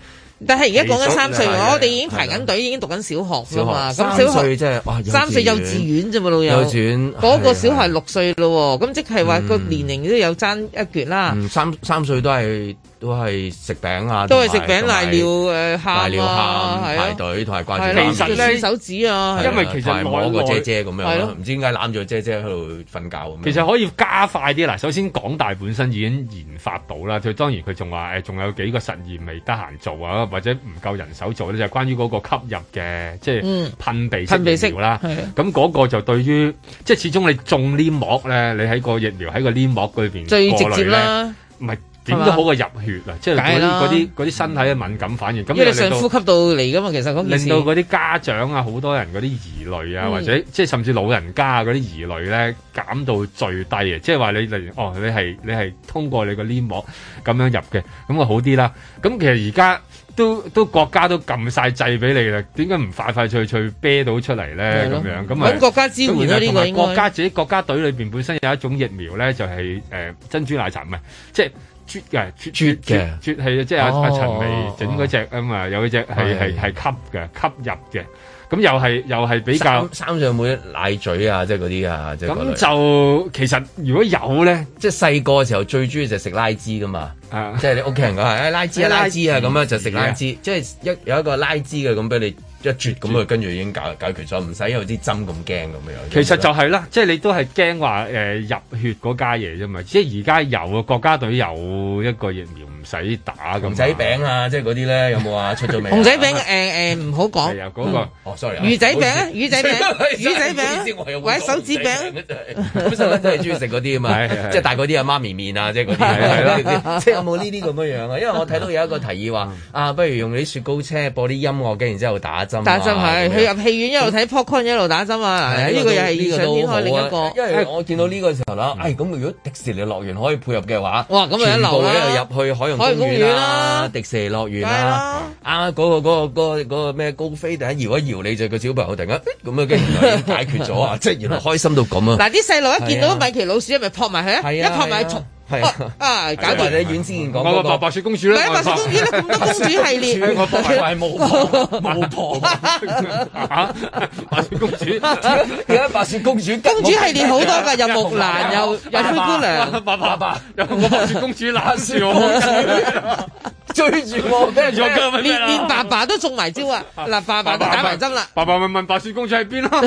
D: 但係而家講緊三歲，
B: 係
D: 我哋已經排緊隊，已經讀緊小學
B: 小
D: 啦
B: 學
D: 啊嘛。咁
B: 三
D: 小
B: 歲即係哇，
D: 三歲幼稚園啫嘛，老友。
B: 幼稚園
D: 嗰個
B: 係
D: 小孩六歲咯喎，咁即係話個
B: 嗯
D: 年齡都有爭一橛啦。
B: 嗯，三三歲都係都係食餅啊，
D: 都係食
B: 同
D: 餅
B: 埋
D: 瀨尿誒喊啊
B: 瀨尿喊
D: 係啊
B: 排隊同埋掛
D: 係啦
B: 住攬住
D: 攬住手指啊，係啊
B: 因為其實摸個姐姐咁樣
D: 係
B: 啦
D: 咯，
B: 唔知點解攬住個姐姐喺度瞓覺咁樣。
C: 其實可以加快啲嗱，首先港大本身已經研發到啦，佢當然佢仲話誒，仲有幾個實驗未得閒做啊，或者唔夠人手做咧，就係關於嗰個吸入嘅即係
D: 嗯
C: 噴鼻
D: 噴鼻
C: 式
D: 式
C: 疫苗啦。
D: 係啊
C: 咁嗰個就對於即係始終你中黏膜咧，你喺個疫苗喺個黏膜裏邊
D: 最直
C: 過
D: 接
C: 濾
D: 啦
C: 呢，唔係點都好過入血啊！即
D: 梗
C: 係嗰
D: 係
C: 啲
D: 啦
C: 嗰啲嗰啲身體嘅敏感反應，咁
D: 因為你
C: 就
D: 上
C: 令到
D: 呼吸道嚟噶嘛，其實嗰件事
C: 令到嗰啲家長啊，好多人嗰啲疑慮啊，
D: 嗯
C: 或者即係甚至老人家嗰啲疑慮咧，減到最低嘅，即係話你例如哦，你係你係通過你個黏膜咁樣入嘅，咁啊好啲啦。咁其實而家都都國家都撳晒掣俾你啦，點解唔快快脆脆啤到出嚟咧？
D: 係咯
C: 咁樣咁啊，
D: 搵國家支援啦
C: 咁然後
D: 呢個
C: 同埋
D: 應該
C: 國家自己國家隊裏邊本身有一種疫苗咧，就係、誒珍珠奶茶唔係即係。啜嘅，啜啜
B: 嘅
C: 啜係啊即係阿阿
B: 哦
C: 陳薇整嗰只啊嘛，有嗰只係係
B: 係
C: 係吸嘅，吸入嘅，咁又係又係比較
B: 三。三上妹奶嘴啊，即係嗰啲啊，即係嗰
C: 咁
B: 類
C: 就其實如果有咧，
B: 即係細個嘅時候最中意就食拉枝噶嘛，
C: 啊
B: 即係你屋企人講係誒拉枝啊
C: 拉
B: 拉枝啊
C: 枝
B: 咁樣就食拉枝，即係一有一個拉枝嘅咁俾你一啜咁佢跟住已經解解決咗，唔使有啲針咁驚咁樣。
C: 其實就係啦，即係你都係驚話誒入血嗰家嘢啫嘛，即係而家有啊，國家隊有一個疫苗唔使打咁。
B: 熊仔餅啊，即係嗰啲咧有冇啊？出咗未啊？
D: 熊仔餅誒誒唔好講，
C: 係啊嗰個
B: 哦，sorry 啊。
D: 魚仔餅啊
B: 好意思
D: 魚仔餅魚仔餅
B: 唔好意思我又
D: 或者手指餅
B: 本身咧都係中意食嗰啲啊嘛
C: 係係，係
B: 即係大嗰啲啊媽咪麵啊，即係嗰
C: 係係
B: 啲， 即係有冇呢啲咁樣樣啊？因為我睇到有一個提議話啊，不如用啲雪糕車播啲音樂，跟然之後打針啊。
D: 打針係
B: 咁樣
D: 去入戲院一路睇 popcorn 一路打針啊！
B: 哎
D: 嗱呢個又係異想天開另一個，
B: 因為啊哎我見到呢個時候啦，誒咁如果迪士尼樂園可以配合嘅話，
D: 哇咁啊一流啦
B: 全部咧又入去海洋
D: 海洋
B: 公
D: 公
B: 園
D: 園
B: 啦
D: 啦、
B: 迪士尼樂園啦，啊嗰個嗰個嗰個嗰個咩高飛突然間搖一搖你就個小朋友突然間哎咁樣，跟住原來已經解決 咗啊！即係原來開心到咁啊！
D: 嗱啲細路一見到
B: 係啊
D: 米奇老鼠，咪撲埋佢啊！一
B: 係啊
D: 撲埋
B: 係
D: 佢
B: 啊係啊。
D: 啊，搞
B: 或者
D: 掂。
B: 遠之前講
C: 我
B: 嗰
C: 白白
B: 個
C: 雪公主
D: 唔
C: 咧，
D: 係白雪公 主咧咁多公主系列
C: 我白雪
B: 係巫婆，巫 婆
C: 嚇白雪公主，
B: 點解白雪公主
D: 公主系列好多㗎，有木蘭，有有灰姑娘，
C: 爸爸爸， 有我白雪公主攬住我，
B: 追住 我，
C: 跟住我今日咩
D: 連連
C: 啦？
D: 爸爸都中埋招啊！嗱，爸爸都打埋針啦。
C: 爸爸咪問白雪公主喺邊咯，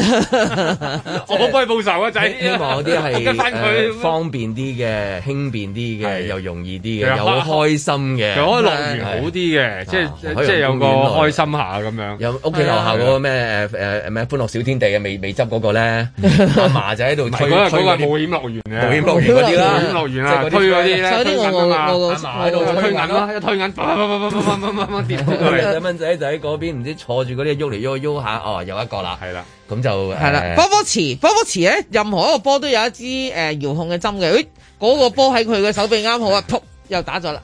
C: 我可唔可以報仇啊仔？
B: 希望嗰啲
C: 我 跟
B: 係
C: 翻佢
B: 誒。方便啲嘅、輕便啲嘅、又容易啲
C: 其實
B: 嘅、又好開心嘅。
C: 其實可以樂園好啲嘅，即係
B: 海洋公園
C: 即係有個開心下咁樣。
B: 有屋企樓下
C: 啊
B: 嗰個咩誒誒咩歡樂小天地嘅未未執嗰 個咧，阿嫲就喺度
C: 唔係
B: 推
C: 嗰個
B: 推
C: 嗰個
B: 嗰
C: 冒險
B: 啲
C: 樂園嘅，
B: 冒險樂園嗰啲啦
C: 冒險樂園啊，
B: 即係嗰啲
C: 推嗰啲
D: 有
C: 咧，推
D: 啲
C: 銀
D: 我
C: 啊嘛，
D: 我我
B: 阿嫲喺度
C: 推
B: 推
C: 銀
B: 銀
C: 啦，
B: 咯。
C: 一推銀，砰砰砰砰砰砰砰砰跌咗
B: 咁
C: 佢。
B: 細蚊仔就喺嗰邊，唔知坐住嗰啲喐嚟喐去喐下，哦，有一個啦，
C: 係啦，
B: 咁就呃
D: 係啦，波波池，波波池咧，任何一個波都有一支誒、呃、遙控嘅針嘅，誒嗰、個波喺佢嘅手臂啱好啊，噗又打咗啦，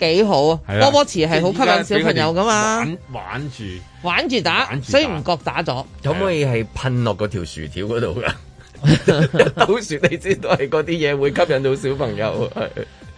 D: 幾好啊！
C: 係啦
D: 波波池係好吸引小朋友噶嘛，
C: 玩玩住。
D: 玩住打，
C: 玩住打
D: 所以唔覺打咗。
B: 可唔可以係噴落嗰條薯條嗰 度 㗎？一倒薯你知道係嗰啲嘢會吸引到小朋友。係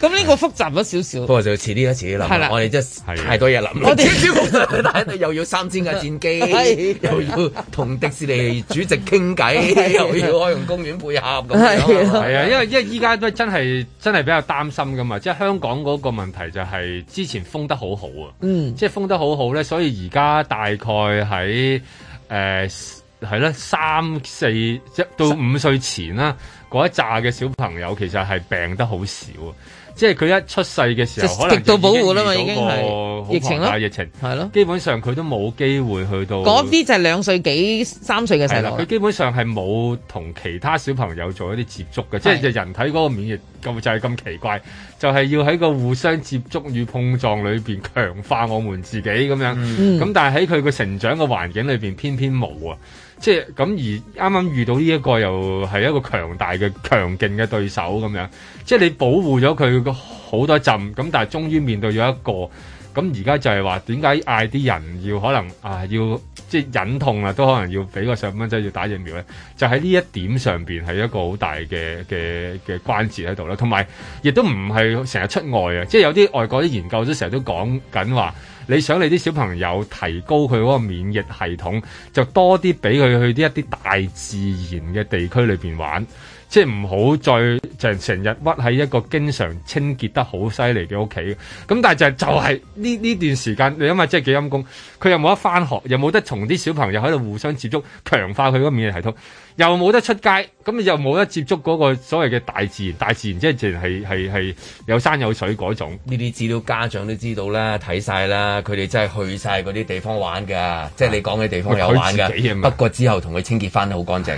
D: 咁呢個複雜咗少少
B: 不。過就遲啲啦，遲啲
D: 係啦
B: 諗。我哋真係
C: 啊
B: 太多嘢諗啦。
D: 我哋
B: 朝朝早 上大家又要三千架戰機
D: 係，
B: 又要同迪士尼主席傾偈，
D: 係
B: 又要海洋公園配合咁
D: 係
B: 樣。
C: 係啊，因為因為依家都真係真係比較擔心噶嘛，即係香港嗰個問題就係之前封得好好啊，
D: 嗯，
C: 即係封得好好咧，所以而家大概喺誒係啦三四一到五歲前啦，嗰一紮嘅小朋友其實係病得好少啊，即係佢一出世嘅時
D: 就
C: 候可能
D: 極度保護啦嘛
C: 就
D: 已經係
C: 已
D: 疫
C: 經係
D: 情啦
C: 疫情
D: 係咯，
C: 基本上佢都冇機會去到
D: 嗰啲就係兩歲幾三歲嘅細
C: 係啦，
D: 路啊
C: 佢
D: 啦，
C: 基本上係冇同其他小朋友做一啲接觸嘅，即係人體嗰個免疫咁就係咁奇怪，就係、要喺個互相接觸與碰撞裏邊強化我們自己咁樣。咁、
O: 嗯
C: 但係喺佢個成長嘅環境裏邊，偏偏冇啊。即係咁而啱啱遇到呢一個又係一個強大嘅強勁嘅對手咁樣，即係你保護咗佢個好多陣，咁但係終於面對咗一個。咁而家就係話點解嗌啲人要可能啊要即係忍痛啊，都可能要俾個細蚊仔要打疫苗咧，就喺呢一點上邊係一個好大嘅嘅嘅關節喺度啦。同埋亦都唔係成日出外啊，即係有啲外國啲研究都成日都講緊話，你想你啲小朋友提高佢嗰個免疫系統，就多啲俾佢去啲一啲大自然嘅地區裏邊玩。即係唔好再呃就成日屈喺一個經常清潔得好犀利嘅屋企。咁但係就係就係呢呢段時間，你諗下真係幾陰公，佢又冇得翻學，又冇得同啲小朋友喺度互相接觸，強化佢嗰個免疫系統，又冇得出街，咁又冇得接觸嗰個所謂嘅大自然，大自然即係自然係係係有山有水嗰種。
B: 呢啲資料家長都知道啦，睇晒啦，佢哋真係去晒嗰啲地方玩㗎，即係你講嘅地方有玩
C: 佢自己啊
B: 㗎。
C: 嘛
B: 不過之後同佢清潔翻好乾淨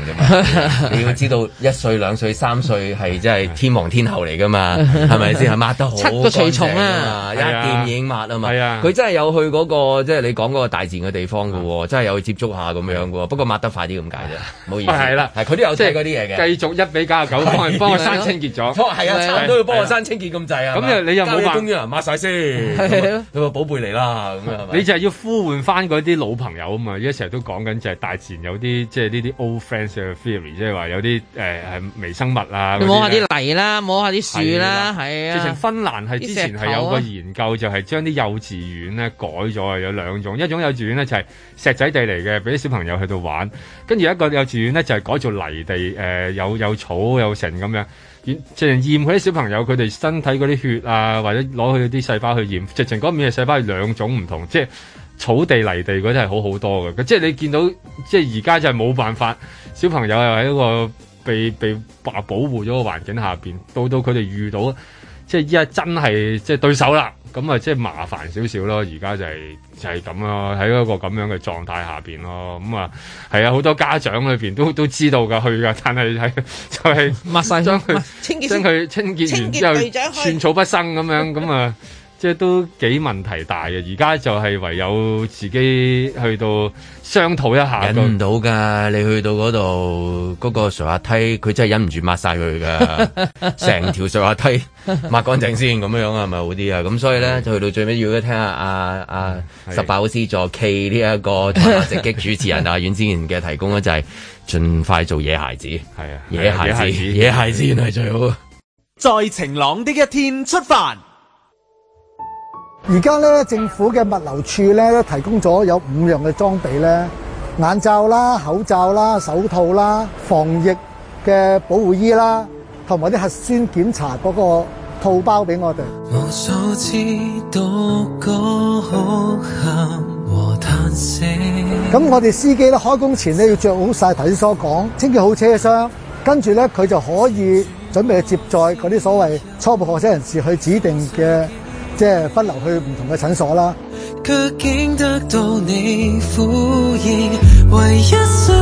B: 啫嘛。你要知道一歲、兩歲、三歲係真係天王天后嚟 㗎嘛，係咪先？係抹得好
D: 七個隨從啊
B: 乾淨㗎嘛一掂已經抹啊嘛。
D: 係啊
B: 佢真係有去嗰個即係你講嗰個大自然嘅地方㗎喎，真係有去接觸下咁樣㗎喎。不過抹得快啲咁解啫，唔好意思。
C: 係啦
B: 哦係佢都有
C: 即
B: 睇
C: 係
B: 嗰啲嘢嘅。
C: 繼續一比九十九， 幫佢幫我山清潔咗。
B: 係啊，差唔多要幫我山清潔咁滯啊。
C: 咁又你又冇辦
B: 交俾公園人抹晒先，
C: 係啊
B: 佢話寶貝嚟啦，咁樣啊係咪？
C: 你就係要呼喚翻嗰啲老朋友啊嘛！而家成日都講緊就係大自然有啲即係呢啲 old friends 嘅 theory，即係話有啲誒係微生物啊。
D: 你摸下
C: 嗰呢
D: 啲泥啦，摸下啲樹啦，係啊。
C: 直情芬蘭係之前係有個
D: 啲石
C: 研究，就係將啲幼稚園咧改咗啊，有兩種，一種幼稚園咧就係石仔地嚟嘅，俾啲小朋友去度玩；跟住有一個幼稚園咧就係改做泥地，誒、有有草有成咁樣。然直情驗佢啲小朋友佢哋身體嗰啲血啊，或者攞佢啲細胞去驗，直情嗰免疫細胞係兩種唔同，即係。草地泥地嗰啲係好好多嘅，即係你見到即係而家就係冇辦法，小朋友又喺一個被被保保護咗嘅環境下邊，到到佢哋遇到即係依家真係即係對手啦，咁啊即係麻煩少少咯。而家就係、就係咁咯，喺一個咁樣嘅狀態下邊咯，咁啊係啊，好多家長裏邊都都知道㗎，去㗎，但係係 就係
D: 抹晒
C: 將佢
D: 清潔
C: 將
D: 先
C: 佢清潔完
D: 清潔
C: 之
D: 隊長
C: 後
D: 去
C: 寸草不生咁樣咁啊。 即係都幾問題大嘅，而家就係唯有自己去到商討一下個。
B: 忍唔到㗎，你去到嗰度嗰個水滑梯，佢真係忍唔住抹晒 佢㗎，成條水滑梯抹乾淨先咁樣樣係咪好啲啊？咁所以咧，就去到最尾要聽下阿阿十八好師助 K 呢一個 直擊主持人啊，阮之賢嘅提供咧就係盡快做野孩子，係
C: 啊
B: 野孩子，野孩子原來係最好啊。
E: 在晴朗的一天出發。
O: 而家咧，政府嘅物流處咧都提供咗有五樣嘅裝備咧，眼罩啦、口罩啦、手套啦、防疫嘅保護衣啦，同埋啲核酸檢查嗰個套包俾我哋。
G: 無數次獨歌哭喊和嘆息，
O: 咁我哋司機咧開工前咧要着好晒頭先所講，清潔好車廂，跟住咧佢就可以準備去接載嗰啲所謂初步確診人士去指定嘅即係分流去唔同嘅診所啦。
G: 卻竟得到你呼應。唯一想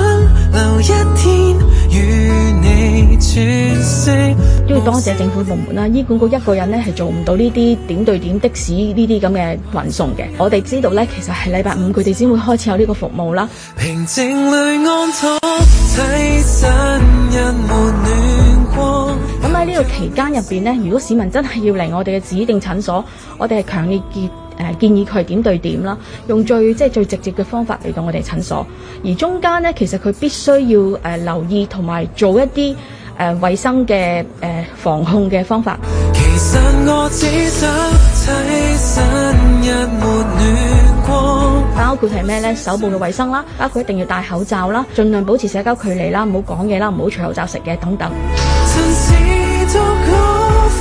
G: 留一天與你喘息。
L: 都要多謝政府部門啦，醫管局一個人咧係做唔到呢啲點對點的士呢啲咁嘅運送嘅。我哋知道咧，其實係禮拜五佢哋先會開始有呢個服務啦。
G: 平靜裏安躺，睇身一抹暖光。
L: 咁喺呢個期間入邊咧，如果市民真係要嚟我哋嘅指定診所，我哋係強烈建誒、呃建議佢點對點啦，用最即係最直接嘅方法嚟到我哋診所。而中間咧，其實佢必須要誒、呃留意同埋做一啲誒、呃、衞生嘅誒、呃防控嘅方法。
G: 其實我只想睇身一抹暖光。
L: 包括係咩呢？手部嘅衛生啦，包括一定要戴口罩啦，盡量保持社交距離啦，唔好講嘢啦，唔好除口罩食嘢等等。
G: 曾試作過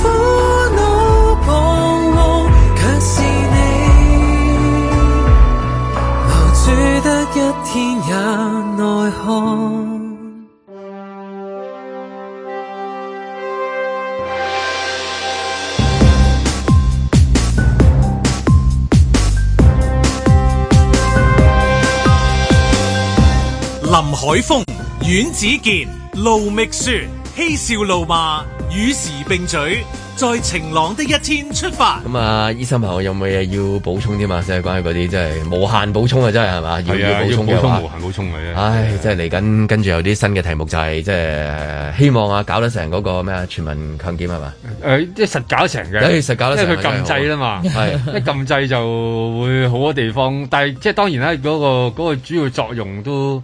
G: 苦惱彷徨，卻是你留住得一天也奈何。
A: 林海峰、阮子健、盧覓雪，嬉笑怒罵，與時並舉，在晴朗的一天出發。
B: 咁啊，醫生朋友有冇嘢要補充添啊？即係關於嗰啲，即係無限補充啊！真係係嘛？要
C: 係啊，
B: 補
C: 要
B: 充
C: 補
B: 嘅話啊
C: 充無，限補充嘅啫。
B: 唉，即係嚟緊，跟住有啲新嘅題目就係即係希望啊，搞得成嗰個咩啊，全民強檢係 嘛？
C: 誒，即係實搞得成嘅，
B: 誒實搞得成
C: 因為佢禁制啦嘛，
B: 真係好 係
C: 一禁制就會好多地方，但係即係當然啦，嗰、 個嗰個主要作用都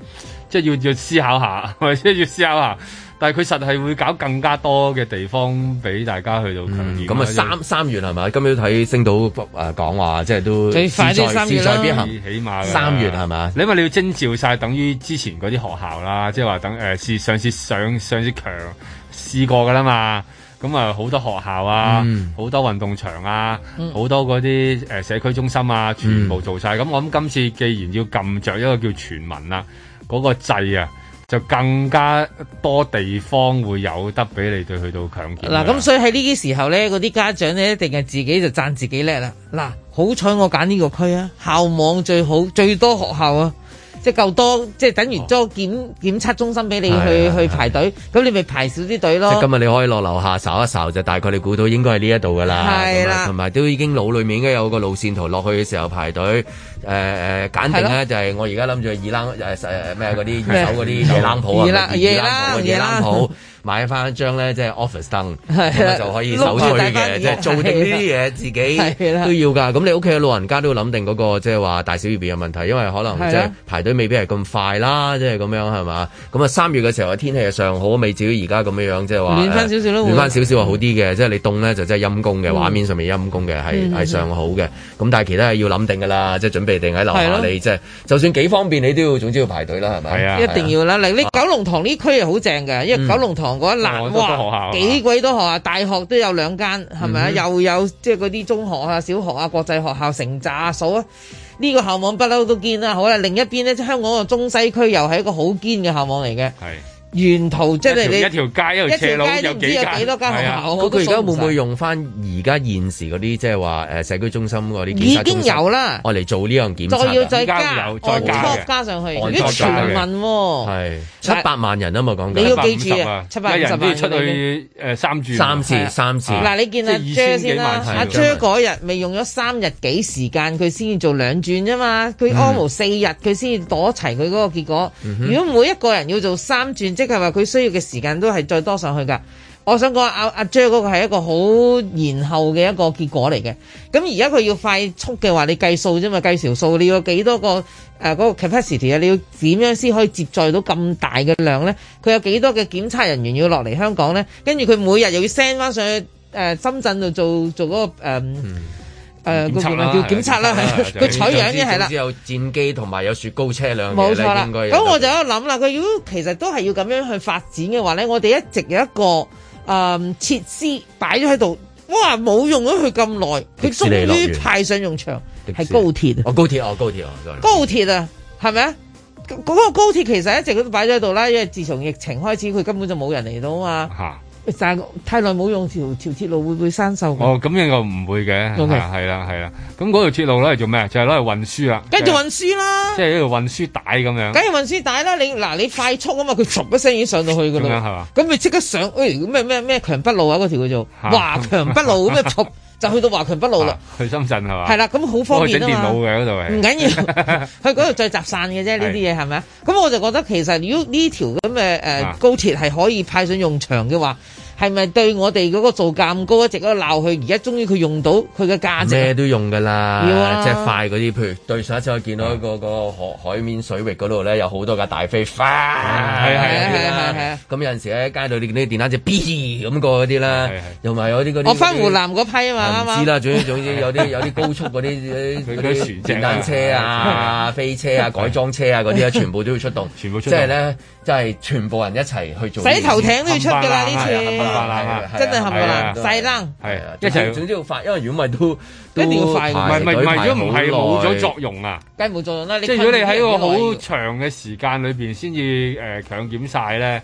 C: 即係要要思考下，或者要思考下。但係佢實係會搞更加多嘅地方俾大家去到強
B: 嗯
C: 檢
B: 咁啊三三月係咪？今日睇星島誒講話，即係都
C: 最快
B: 志
C: 啲
B: 在
C: 三月
B: 志在
C: 啦啊
B: 必行，
C: 起碼㗎
B: 三月啊係嘛？
C: 你因為你要徵召晒，等於之前嗰啲學校啦，即係話等誒試上次上上次強試過㗎啦嘛。咁啊，好多學校啊，好、
B: 嗯
C: 多運動場啊，好、
B: 嗯
C: 多嗰啲誒社區中心啊，
D: 嗯
C: 全部做晒。咁、我諗今次既然要撳着一個叫全民啦，嗰、個掣啊，就更加多地方會有得俾你哋去到強檢啦。
D: 嗱，咁所以喺呢啲時候咧，嗰啲家長咧一定係自己就讚自己叻啦。嗱，好彩我揀呢個區啊，校網最好，最多學校啊，即係夠多，即係等於多檢檢測中心俾你
B: 哦係
D: 去
B: 係
D: 去排隊，咁你咪排少啲隊
B: 即係
D: 咯。
B: 今日你可以落樓下睄一睄，就大概你估到應該係呢一度㗎啦。
D: 係啦
B: 咁啊同埋都已經腦裏面應該有個路線圖落去嘅時候排隊。誒誒揀定
D: 係
B: 咧就係我而家諗住去二冷誒誒咩嗰啲
D: 咩
B: 二手嗰啲二冷鋪
D: 二
B: 啊，
D: 冷
B: 二
D: 二冷
B: 冷鋪二
D: 二
B: 冷
D: 冷
B: 鋪買翻一張咧即係 office 燈，
D: 係啦
B: 咁啊就可以手
D: 碌住
B: 推
D: 大班
B: 嘅，
D: 嘢
B: 即係做定呢啲嘢自己
D: 係啦
B: 都要㗎。咁你屋企嘅老人家都要諗定嗰個即係話大小二便嘅問題，因為可能
D: 係啦啊
B: 即係排隊未必係咁快啦，即係咁樣係嘛？咁啊三月嘅時候嘅天氣上好，未至於而家咁樣樣即係話呃
D: 暖返少少咯會
B: 暖翻少少係好啲嘅，即係你凍咧就真係陰公嘅，
D: 嗯
B: 畫面上面陰公嘅係
D: 嗯
B: 係上好嘅。咁但係其他係要諗定㗎啦，即係準備定喺樓
D: 係
B: 下
D: 咯
B: 你即係就算幾方便你都要，總之要排隊啦，係咪？啊係
D: 一定要啦！嗱，你九龍塘呢區係好正嘅，因為
B: 嗯
D: 九龍塘嗰一
B: 哦
D: 欄，
B: 都多學校啊
D: 哇，幾鬼多學校，大學都有兩間，係咪啊？
B: 嗯哼
D: 又有即係嗰啲中學啊、小學啊、國際學校、城寨啊、數啊，呢個校網不嬲都堅啦。好啦，另一邊咧，香港個中西區又係一個好堅嘅校網嚟嘅，
C: 係
D: 沿途即係你
C: 一條街一條斜路
D: 一條街都
C: 有
D: 唔知
C: 幾
D: 有
C: 間
D: 幾多間學
C: 係啊
D: 校，
B: 嗰
D: 我
B: 個
D: 都
B: 而家
D: 數
B: 會
D: 唔
B: 唔會
D: 晒
B: 用翻而家現時嗰啲即係話誒社區中心嗰啲
D: 已
B: 檢測中
D: 經
B: 心
D: 有啦
B: 我嚟做呢樣檢測啊，
D: 再要再加，
B: 有
D: 我 top 加上去，
B: 我
D: 啲
B: 再加
D: 全
B: 嘅
D: 民喎。
B: 係七百萬人啊嘛，講緊
D: 哦你要記住啊750萬
C: 一人都要出
D: 你
C: 去誒三轉，
B: 三次
C: 係啊
B: 三次嗯
D: 嗱，你見阿
C: 即係
D: Jer
C: 啊二千幾
D: 先啦，
C: 萬
D: 阿
B: 張
D: Jer 嗰日咪用咗三日幾時間，佢先至做兩轉啫嘛，佢
B: 嗯
D: almost 四日佢先至攞齊佢嗰個結果。
B: 嗯哼
D: 如果每一個人要做三轉，即係話佢需要嘅時間都係再多上去㗎。我想講阿阿 Jer 嗰個係一個好延後嘅一個結果嚟嘅。咁而家佢要快速嘅話，你計數啫嘛，計條數，你要幾多個誒嗰、個 capacity 啊？你要點樣先可以接載到咁大嘅量咧？佢有幾多嘅檢測人員要落嚟香港咧？跟住佢每日又要 send 翻上去誒、呃深圳度做做嗰、個誒誒個叫咩
B: 檢測啦
D: 叫嗯檢測啦，係佢採樣啫係啦
B: 總之。有戰機同埋有雪糕車輛
D: 冇錯
B: 嘅咧，
D: 啦。
B: 應該有
D: 咁我就喺度諗啦，佢如果其實都係要咁樣去發展嘅話咧，我哋一直有一個誒、嗯、設施擺咗喺度，哇冇用咗佢咁耐，
B: 迪
D: 佢
B: 士
D: 終
B: 尼樂園
D: 於派上用場，
B: 迪士尼
D: 係高鐵啊！
B: 哦，高鐵哦，高鐵哦，sorry，
D: 高鐵啊，係咪啊？嗰、嗰個高鐵其實一直都擺咗喺度啦，因為自從疫情開始，佢根本就冇人嚟到啊嘛。
C: 嚇
D: 但係太耐冇用條條鐵路，會唔會生鏽㗎？
C: 哦，咁應該唔會嘅，
D: OK
C: 係係啦係啦。咁嗰條鐵路攞嚟做咩？就係攞嚟運輸啦，
D: 跟住運輸啦
C: 即，係一條運輸帶咁樣。
D: 梗係運輸帶啦。你嗱你快速啊嘛，佢唰一聲已經上到去㗎
C: 咁樣係
D: 啦。
C: 嘛？
D: 咁咪即刻上，誒咩咩咩強北路啊嗰條叫做
C: 嚇
D: 華強北路 咁啊，唰就去到華強北路啦。
C: 啊去深圳係嘛？
D: 係啦，咁好方便
C: 我去整電
D: 啊
C: 腦
D: 嘛。
C: 嘅嗰度係。
D: 唔 緊要，去嗰度再集散嘅啫，呢啲嘢係咪啊？咁我就覺得其實如果呢條咁嘅
C: 啊
D: 誒高鐵係可以派上用場嘅話，係咪對我哋嗰個造價咁高一直都鬧佢，而家終於佢用到佢嘅價值啊？
B: 咩都用㗎
D: 要
B: 啦，
D: 啊嗯
B: 即係快嗰啲，譬如對上一次我見到個個海海面水域嗰度咧，有好多架大飛花，係
D: 啊係係係啊係
B: 係咁有陣時喺街度你見到啲電單車 B 咁過嗰啲啦，同埋有啲嗰啲
D: 我翻湖南嗰批啊
B: 唔
D: 嘛，啱
B: 知
D: 啱
B: 啦，總之總之有啲有啲高速 嗰啲嗰啲電單車啊、飛車啊、改裝車啊 嗰啲啊，全部都要出動，全部
C: 出動
B: 即係咧，即係全部人一齊去做呢啲。
D: 洗頭艇都要出㗎啦呢次
B: 係啊係啊係啊
D: 真係冚唪
B: 係啊
D: 唥細冷。
C: 係
B: 啊
C: 一齊
B: 總之要快，因為如果唔係都都
D: 一定要快
C: 唔係唔係唔係，如果唔係冇咗作用啊！
D: 梗係冇作用啦。
C: 即係如果你喺個
D: 困住人
C: 好
D: 幾
C: 長嘅時間裏邊先至誒強檢晒咧，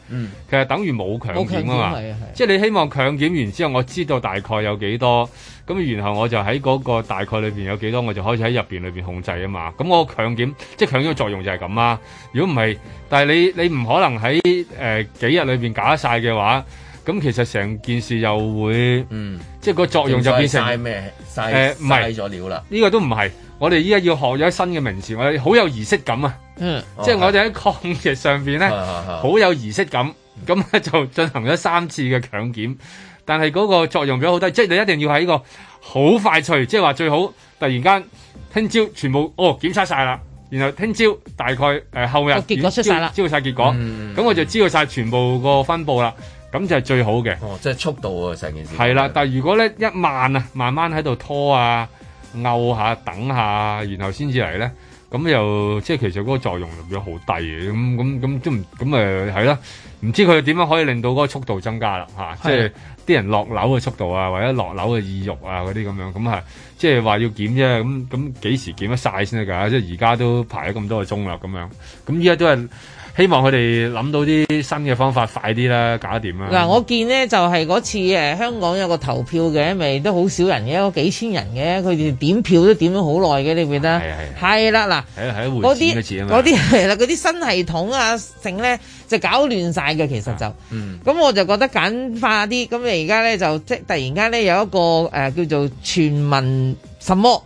C: 其實等於冇強檢啊
D: 嗯冇強檢
C: 嘛
D: 係啊係啊。
C: 即係你希望強檢完之後，我知道大概有幾多，咁然後我就喺嗰個大概裏邊有幾多，我就開始喺入邊裏邊控制啊嘛。咁我強檢即係強檢嘅作用就係咁啦。如果唔係，但係你你唔可能喺誒、呃、幾日裏邊搞得晒嘅話，咁其實成件事又會，
B: 嗯、
C: 即係個作用就變成
B: 嘥咩嘥
C: 誒唔係
B: 嘥咗料啦。
C: 呢個都唔係，我哋依家要學咗新嘅名詞，我哋好有儀式感啊！
D: 嗯
C: 即係我哋喺抗疫上邊咧，
B: 啊
C: 好有儀式感，咁咧 就進行咗三次嘅強檢，但係嗰個作用比較好低，即係你一定要喺個好快脆，即係話最好突然間聽朝全部哦檢測晒啦，然後聽朝大概誒、呃、後日
D: 哦結果出晒啦嗯
C: 知道晒結果，咁、我就知道晒全部個分佈啦，咁就係最好嘅。
B: 哦，即係速度啊，成件事。
C: 係啦，但係如果咧一慢啊，慢慢喺度拖啊、拗下、等下，然後先至嚟咧，咁又即係其實嗰個作用就變咗好低嘅，咁咁咁都唔咁誒係啦，唔知佢點樣可以令到嗰個速度增加啦嚇、即係啲人落樓嘅速度啊，或者落樓嘅意欲啊嗰啲咁樣，咁係即係話要檢啫，咁咁幾時檢得晒先得㗎？即係而家都排咗咁多個鐘啦，咁樣，咁依家都係希望佢哋諗到啲新嘅方法，快啲啦，搞掂啦。
D: 嗱，我見呢就係嗰次誒香港有個投票嘅，咪都好少人嘅，有幾千人嘅，佢哋點票都點咗好耐嘅，你記得？
C: 啊
D: 係係啦，
C: 係係一
D: 嗱，
C: 回
D: 嗰
C: 錢
D: 啲
C: 嘅錢啊嘛。
D: 嗰啲 係啦，嗰啲新系統啊，成咧就搞亂晒嘅，其實就。
B: 嗯。
D: 咁我就覺得簡化啲，咁你而家咧就即係突然間咧有一個誒、呃叫做全民什麼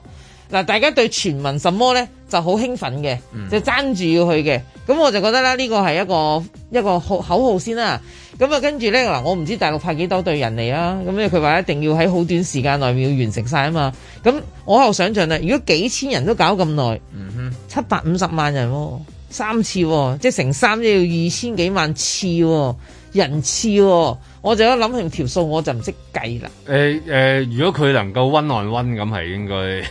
D: 嗱，大家對全民什麼咧就好興奮嘅，
P: 嗯
D: 就爭住要去嘅。咁我就覺得啦，呢個係一個一個口口號先啦。咁啊，跟住咧嗱，我唔知大陸派幾多隊人嚟啊。咁咧佢話一定要喺好短時間內要完成晒啊嘛。咁我喺度想像啦，如果幾千人都搞咁耐，七百五十萬人、喎，三次、喎，即係成三都要二千幾萬次、喎，人次、喎，我就一諗起條數我就唔識計啦。
C: 誒誒、如果佢能夠温岸温咁，係應該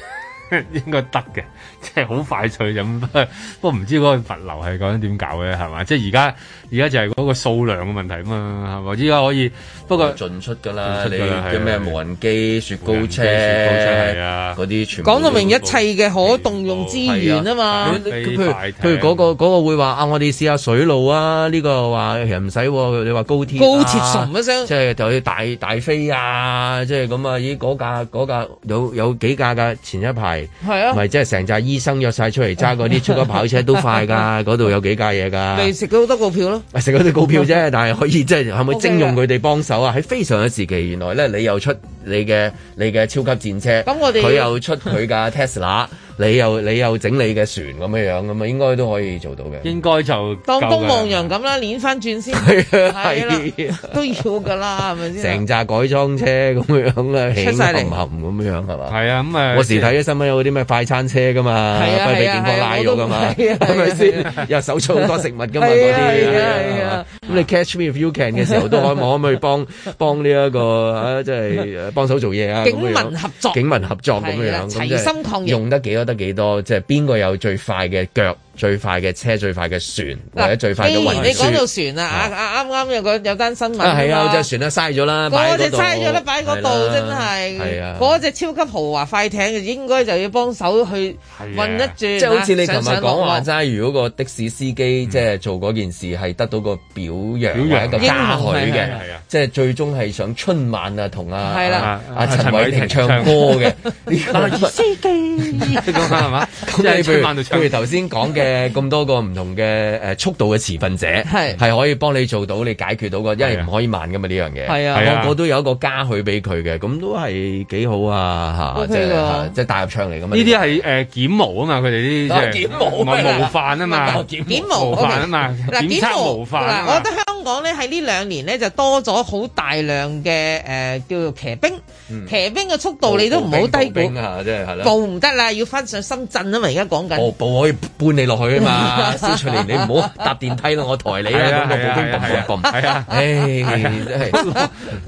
C: 應該得嘅，即係好快脆咁。 不過不過唔知嗰個物流係講緊點搞嘅，係嘛？即係而家而家就係嗰個數量嘅問題啊嘛，係嘛？依家可以不過
B: 進出㗎啦，
C: 進
B: 你
C: 出㗎啦係
B: 嘅咩無人機、雪糕
C: 無人機
B: 車、
C: 雪糕車係啊
B: 嗰啲全部
D: 講到明一
B: 都
D: 切嘅可動用資源啊嘛，
B: 佢佢譬如譬如嗰個嗰個會話啊，我哋試下水路啊，呢個話其實唔使喎，你話高鐵啊
D: 高鐵沉一聲
B: 即係就要大大飛啊，即係咁啊！咦，嗰架嗰架有有幾架㗎？前一排
D: 係啊
B: 咪即係成扎醫生約晒出嚟揸嗰啲超級 跑車都快㗎，嗰度有幾架嘢㗎。
D: 咪食咗好多股票咯。
B: 喂食嗰啲股票 啫，但係可以即係係咪
D: OK
B: 徵用佢哋幫手啊？喺非常嘅時期，原來咧你又出你嘅你嘅超級戰車，
D: 咁我哋
B: 佢又出佢架 Tesla，你 又你又整你嘅船咁樣樣咁啊，應該都可以做到嘅。
C: 應該就
D: 當東望洋咁啦，攣翻轉先，係
B: 係啊
D: 啦，都要噶啦，係咪
B: 成
D: 先？
B: 扎改裝車咁樣啦，起
D: 出晒嚟
B: 冚冚咁樣係嘛？
C: 係啊，咁啊
B: 我時睇啲新聞有嗰啲咩快餐車噶嘛，
D: 係啊
B: 不俾
D: 係啊
B: 警方拉咗噶嘛，
D: 係啊 我都
B: 係咪先？又搜出好多食物噶嘛嗰
D: 係
B: 啲
D: 啊係啊係啊
B: 係嘛，咁你 catch me if you can 嘅時候 都可可唔可以幫幫呢一個啊，即係誒幫手做嘢啊？咁
D: 警民
B: 樣
D: 合作
B: 警民合作咁
D: 係
B: 樣
D: 啦
B: 樣，
D: 齊
B: 咁即係
D: 心抗疫
B: 用得幾多得幾多，即係邊個有最快嘅腳、最快嘅車、最快嘅船或者最快嘅
D: 既
B: 運
D: 然你講到
B: 輸？
D: 船啊，啊啊啱啱有個有單新聞
B: 啊，係
D: 嘛
B: 啊，隻船都嘥咗啦，擺
D: 嗰
B: 喺
D: 隻
B: 嗰度
D: 猜咗啦，擺嗰度真係。
B: 係啊。
D: 嗰隻超級豪華快艇就應該就要幫手去運一轉啊，
B: 即係好似你琴日
D: 上上落
B: 講
D: 落
B: 話齋，如果個的士司機即係做嗰件事係得到個表揚或者一個嘉
D: 英
B: 許
D: 雄
B: 嘅
D: 係係係，
B: 即係最終係想春晚啊同啊
D: 係啦
B: 啊
C: 啊
B: 啊陳
C: 陳
B: 偉
C: 偉
B: 霆
C: 霆
B: 唱
C: 唱
B: 歌嘅，
D: 司機
C: 咁係嘛？
B: 咁
C: 即係
B: 你譬
C: 春
B: 如
C: 晚度唱
B: 譬如頭先講嘅咁多個唔同嘅誒速度嘅持份者，
D: 係
B: 係可以幫你做到你解決到個，因為唔可以慢噶嘛呢樣嘢。
D: 係啊係啊
B: 個個都有一個嘉許俾佢嘅，咁都係幾好啊嚇！
D: OK
B: 即係
D: 㗎
B: 嚇即係大合唱嚟噶嘛。
C: 呢啲係誒檢毛啊嘛，佢哋
B: 啊
C: 啲即係
B: 檢毛
C: 唔係
B: 咩
C: 模範啊 嘛，
D: 檢毛
C: 模範啊嘛，
D: 嗱
C: 檢測模範啊
D: 嗱，我
C: 嘛
D: 覺。得香港咧喺呢兩年咧就多咗好大量嘅誒叫做騎兵，
B: 嗯
D: 騎兵嘅速度你都唔好低估
B: 冰，啊，即係係啦。
D: 步唔得啦，要翻上深圳啊嘛！而家講
B: 步
D: 緊。
B: 步可以哦搬你落去啊嘛，小翠蓮你唔好搭電梯啦，我抬你
C: 係
B: 啦，
C: 啊
B: 咁個步兵
C: 係啊係啊
B: 嘣嘣嘣，
C: 係啊
B: 唉，真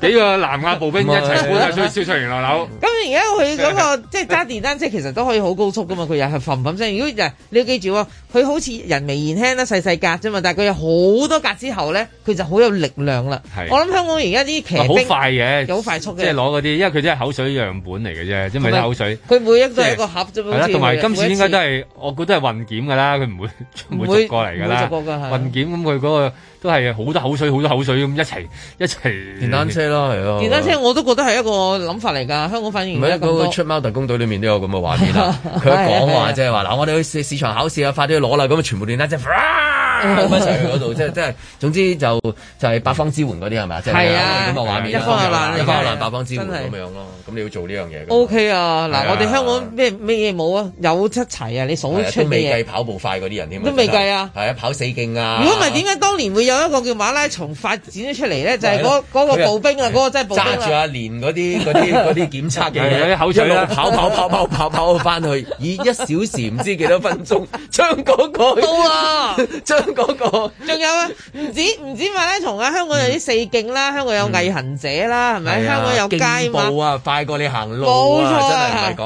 B: 係
C: 幾個南亞步兵一齊搬晒出去，燒出完落樓。
D: 咁而家佢 嗰個即係揸電單車，其實都可以好高速噶嘛，佢又係嘭嘭聲。如果人你要記住喎，佢好似人微言輕啦，細細格啫嘛，但係佢有好多格之後咧，佢就好有力量啦
C: 係。
D: 我諗香港而家啲騎
C: 好
D: 兵
C: 快嘅，
D: 好快速嘅
C: 即係攞嗰啲，因為佢真係口水樣本嚟嘅啫，即係咪
D: 同埋
C: 口水？
D: 佢每一個都係一個盒啫嘛
C: 係
D: 好
C: 啦，
D: 似
C: 同埋
D: 佢
C: 今次應該都
D: 每一
C: 係，我估都係混檢㗎啦，佢 唔會
D: 唔
C: 唔
D: 會
C: 會逐過嚟㗎啦。
D: 唔會逐個㗎係啊
C: 混檢咁佢嗰個都係好多口水，好多口水咁一齊一齊
B: 電單車咯，係咯。
D: 電單車我都覺得係一個諗法嚟㗎，香港反而
B: 唔
D: 而
B: 係
D: 家咁
B: 嗰個
D: 多。
B: 出貓特工隊裏面都有咁 嘅畫面啦。佢一講話即係話嗱，我哋去市市場考試啊，快啲去攞啦，咁啊全部電單車。哇咁一齊去嗰度，即係即係總之就就係八方支援嗰啲係咪？即係
D: 係啊
B: 咁嘅畫面，
D: 一方有難
B: 一方有難，
D: 係
B: 八方支援
D: 真係
B: 咁樣咯。咁你要做呢樣嘢㗎。
D: O K 啊，
B: 係啊
D: 嗱，我哋香港咩咩嘢冇啊？有七齊啊，你數
B: 係啊
D: 出
B: 都未
D: 嘅嘢
B: 計。跑步快嗰啲人添啊，
D: 都未計啊
B: 真係！係啊，跑四徑啊！
D: 如果唔係點解當年會有一個叫馬拉松發展咗出嚟咧？就係
B: 係
D: 嗰
B: 咯
D: 嗰
B: 佢
D: 個
B: 又
D: 步兵啊，嗰個真係步兵
B: 揸住阿
D: 啊！
B: 連 嗰啲嗰啲嗰啲檢測嘅
C: 係
B: 嘢，
C: 有啲口水啦
B: 一路跑跑跑跑跑跑翻去，以一小時唔知幾多分鐘， 將嗰個
D: 到啊！
B: 將嗰個
D: 仲有啊，唔止唔止馬拉松啊，香港有啲四徑啦，香港有毅行者啦，係咪？
B: 嗯係啊
D: 香港有街
B: 競步
D: 馬，
B: 啊，快過你行路
D: 冇錯
B: 啊，
D: 啊
B: 真係唔係講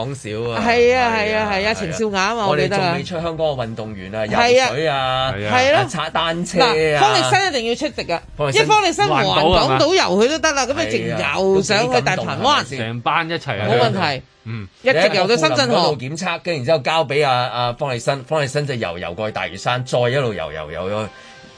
B: 少啊！
D: 係啊係啊係啊，程少雅啊嘛，
B: 我
D: 記
B: 哋
D: 得
B: 仲
D: 啊
B: 未。出香港嘅運動員啊，
D: 係啊
B: 游水啊，
D: 係咯
B: 踩單車
D: 嗱，
B: 啊，
D: 方力申一定要出席啊！
B: 方力申
D: 一方力申
B: 環
D: 環
B: 島係嘛
D: 港島遊佢都得啦，咁你直
B: 係啊
D: 游上去大
B: 都幾感動
D: 鵬
B: 係咪
D: 灣，
B: 先
C: 成班一齊啊
D: 冇問題。
C: 嗯，
D: 一直游到深圳河
B: 一路檢測，跟住然之後交俾阿阿方力申，方力申就游游過去大嶼山，再一路游游游咗，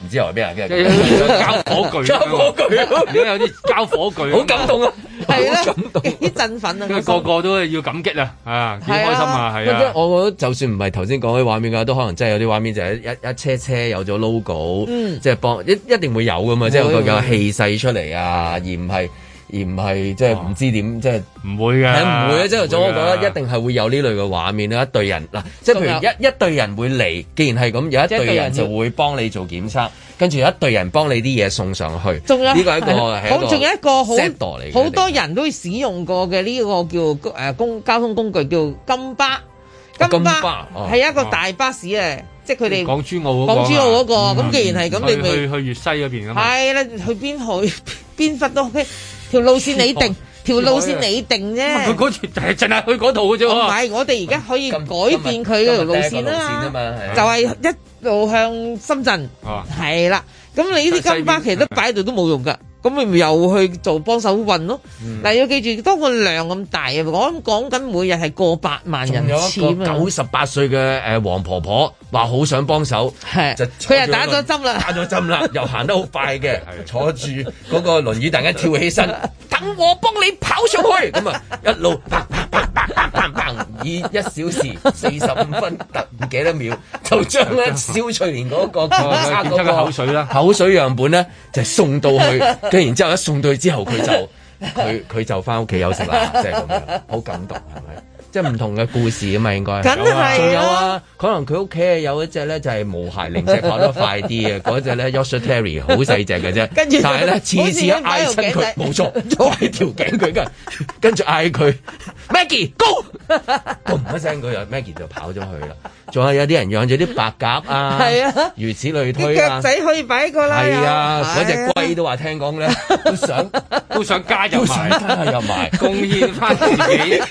B: 唔知游去邊啊？跟住
C: 交火炬
B: 交火炬，
C: 而家有啲交火炬，
B: 好感動啊！
D: 係 啦，幾振奮啊！
C: 個個都要感激啊，啊，幾開
D: 係啊
C: 心啊，係
B: 喂即係
C: 啊。
B: 我覺得就算唔係頭先講啲畫面㗎，都可能真係有啲畫面就係一一一車車有咗 logo，、
D: 嗯
B: 即係幫一一定會有㗎嘛，即係
C: 會
B: 佢有
C: 會
B: 氣勢出嚟啊，而唔係。而唔係即係唔知點，即係
C: 唔會嘅
B: 係唔會啊！即係
C: 唔會㗎
B: 我覺得一定係會有呢類嘅畫面啊啦，一隊人嗱，即係譬
D: 仲
B: 如一一隊人會嚟，既然係咁，有一
D: 一
B: 隊
D: 隊
B: 人
D: 人
B: 就會幫你做檢測，跟住有一隊人幫你啲嘢送上去。
D: 仲有
B: 呢個係一個係一
D: 好，
B: 個
D: 仲有一個好
B: set 嚟嘅
D: 好多人都使用過嘅呢個叫誒公交通工具叫金巴，金
B: 金巴
D: 巴
B: 哦
D: 係一個大巴士啊，即係佢哋
C: 港珠澳嗰個啊
D: 港珠澳嗰個咁
C: 嗯
D: 既然係咁
C: 去
D: 你咪
C: 去去粵西嗰邊啊嘛。
D: 係啦，去邊去 邊忽 都 OK，條路線你定，條路線你定
C: 佢
D: 啫。
C: 嗰次係淨係去嗰度嘅啫
D: 唔
C: 喎。
D: 係，我哋而家可以改變佢嗰條路線
B: 今日今日第一個路線啊
D: 啦
B: 嘛係
D: 就係一路向深圳，
C: 哦
D: 係啦。咁你呢啲金巴其實都擺喺度都冇用㗎，咁咪咪又去做幫手運咯。
B: 嗯
D: 嗱，要記住，當個量咁大啊，我諗講緊每日係過百萬人次
B: 有一個
D: 啊
B: 九。十八歲嘅誒黃婆婆話好想幫手，
D: 係
B: 就
D: 佢又打咗針啦
B: 打咗 針啦，又行得好快嘅，坐住嗰個輪椅突然間跳起 身，等我幫你跑上去，咁啊一路砰砰砰砰砰砰砰，以一小時四十五分突唔幾多秒，就將咧蕭翠蓮嗰
D: 哦
B: 個檢測
C: 檢測
B: 嗰
C: 嘅
B: 個
C: 口水 啦
B: 口水樣本咧就送到 去，跟住然之後一送到去之後佢就。佢佢就翻屋企休息啦，即係咁樣，好感動係咪？即係唔同嘅故事啊嘛，應該係
D: 梗係啦
B: 仲有啊，可能佢屋企啊有一隻咧就係毛鞋零隻跑得快 啲嘅，啊嗰只咧 Yorkshire Terrier 好細隻嘅啫，
D: 跟住
B: 但係咧次次一嗌親佢，冇錯，係條頸佢跟，跟住嗌佢 Maggie go，嘣一 聲佢就 Maggie 就跑咗去啦。仲有有啲人養咗啲白鴿啊，
D: 係啊
B: 如此
D: 啲
B: 類推啊
D: 腳。仔可以擺過啦。
B: 係啊，
D: 又
B: 嗰隻龜都話聽講 咧，都想
C: 都想加入
B: 都想
C: 埋，
B: 加入埋。
C: 貢獻翻自 己。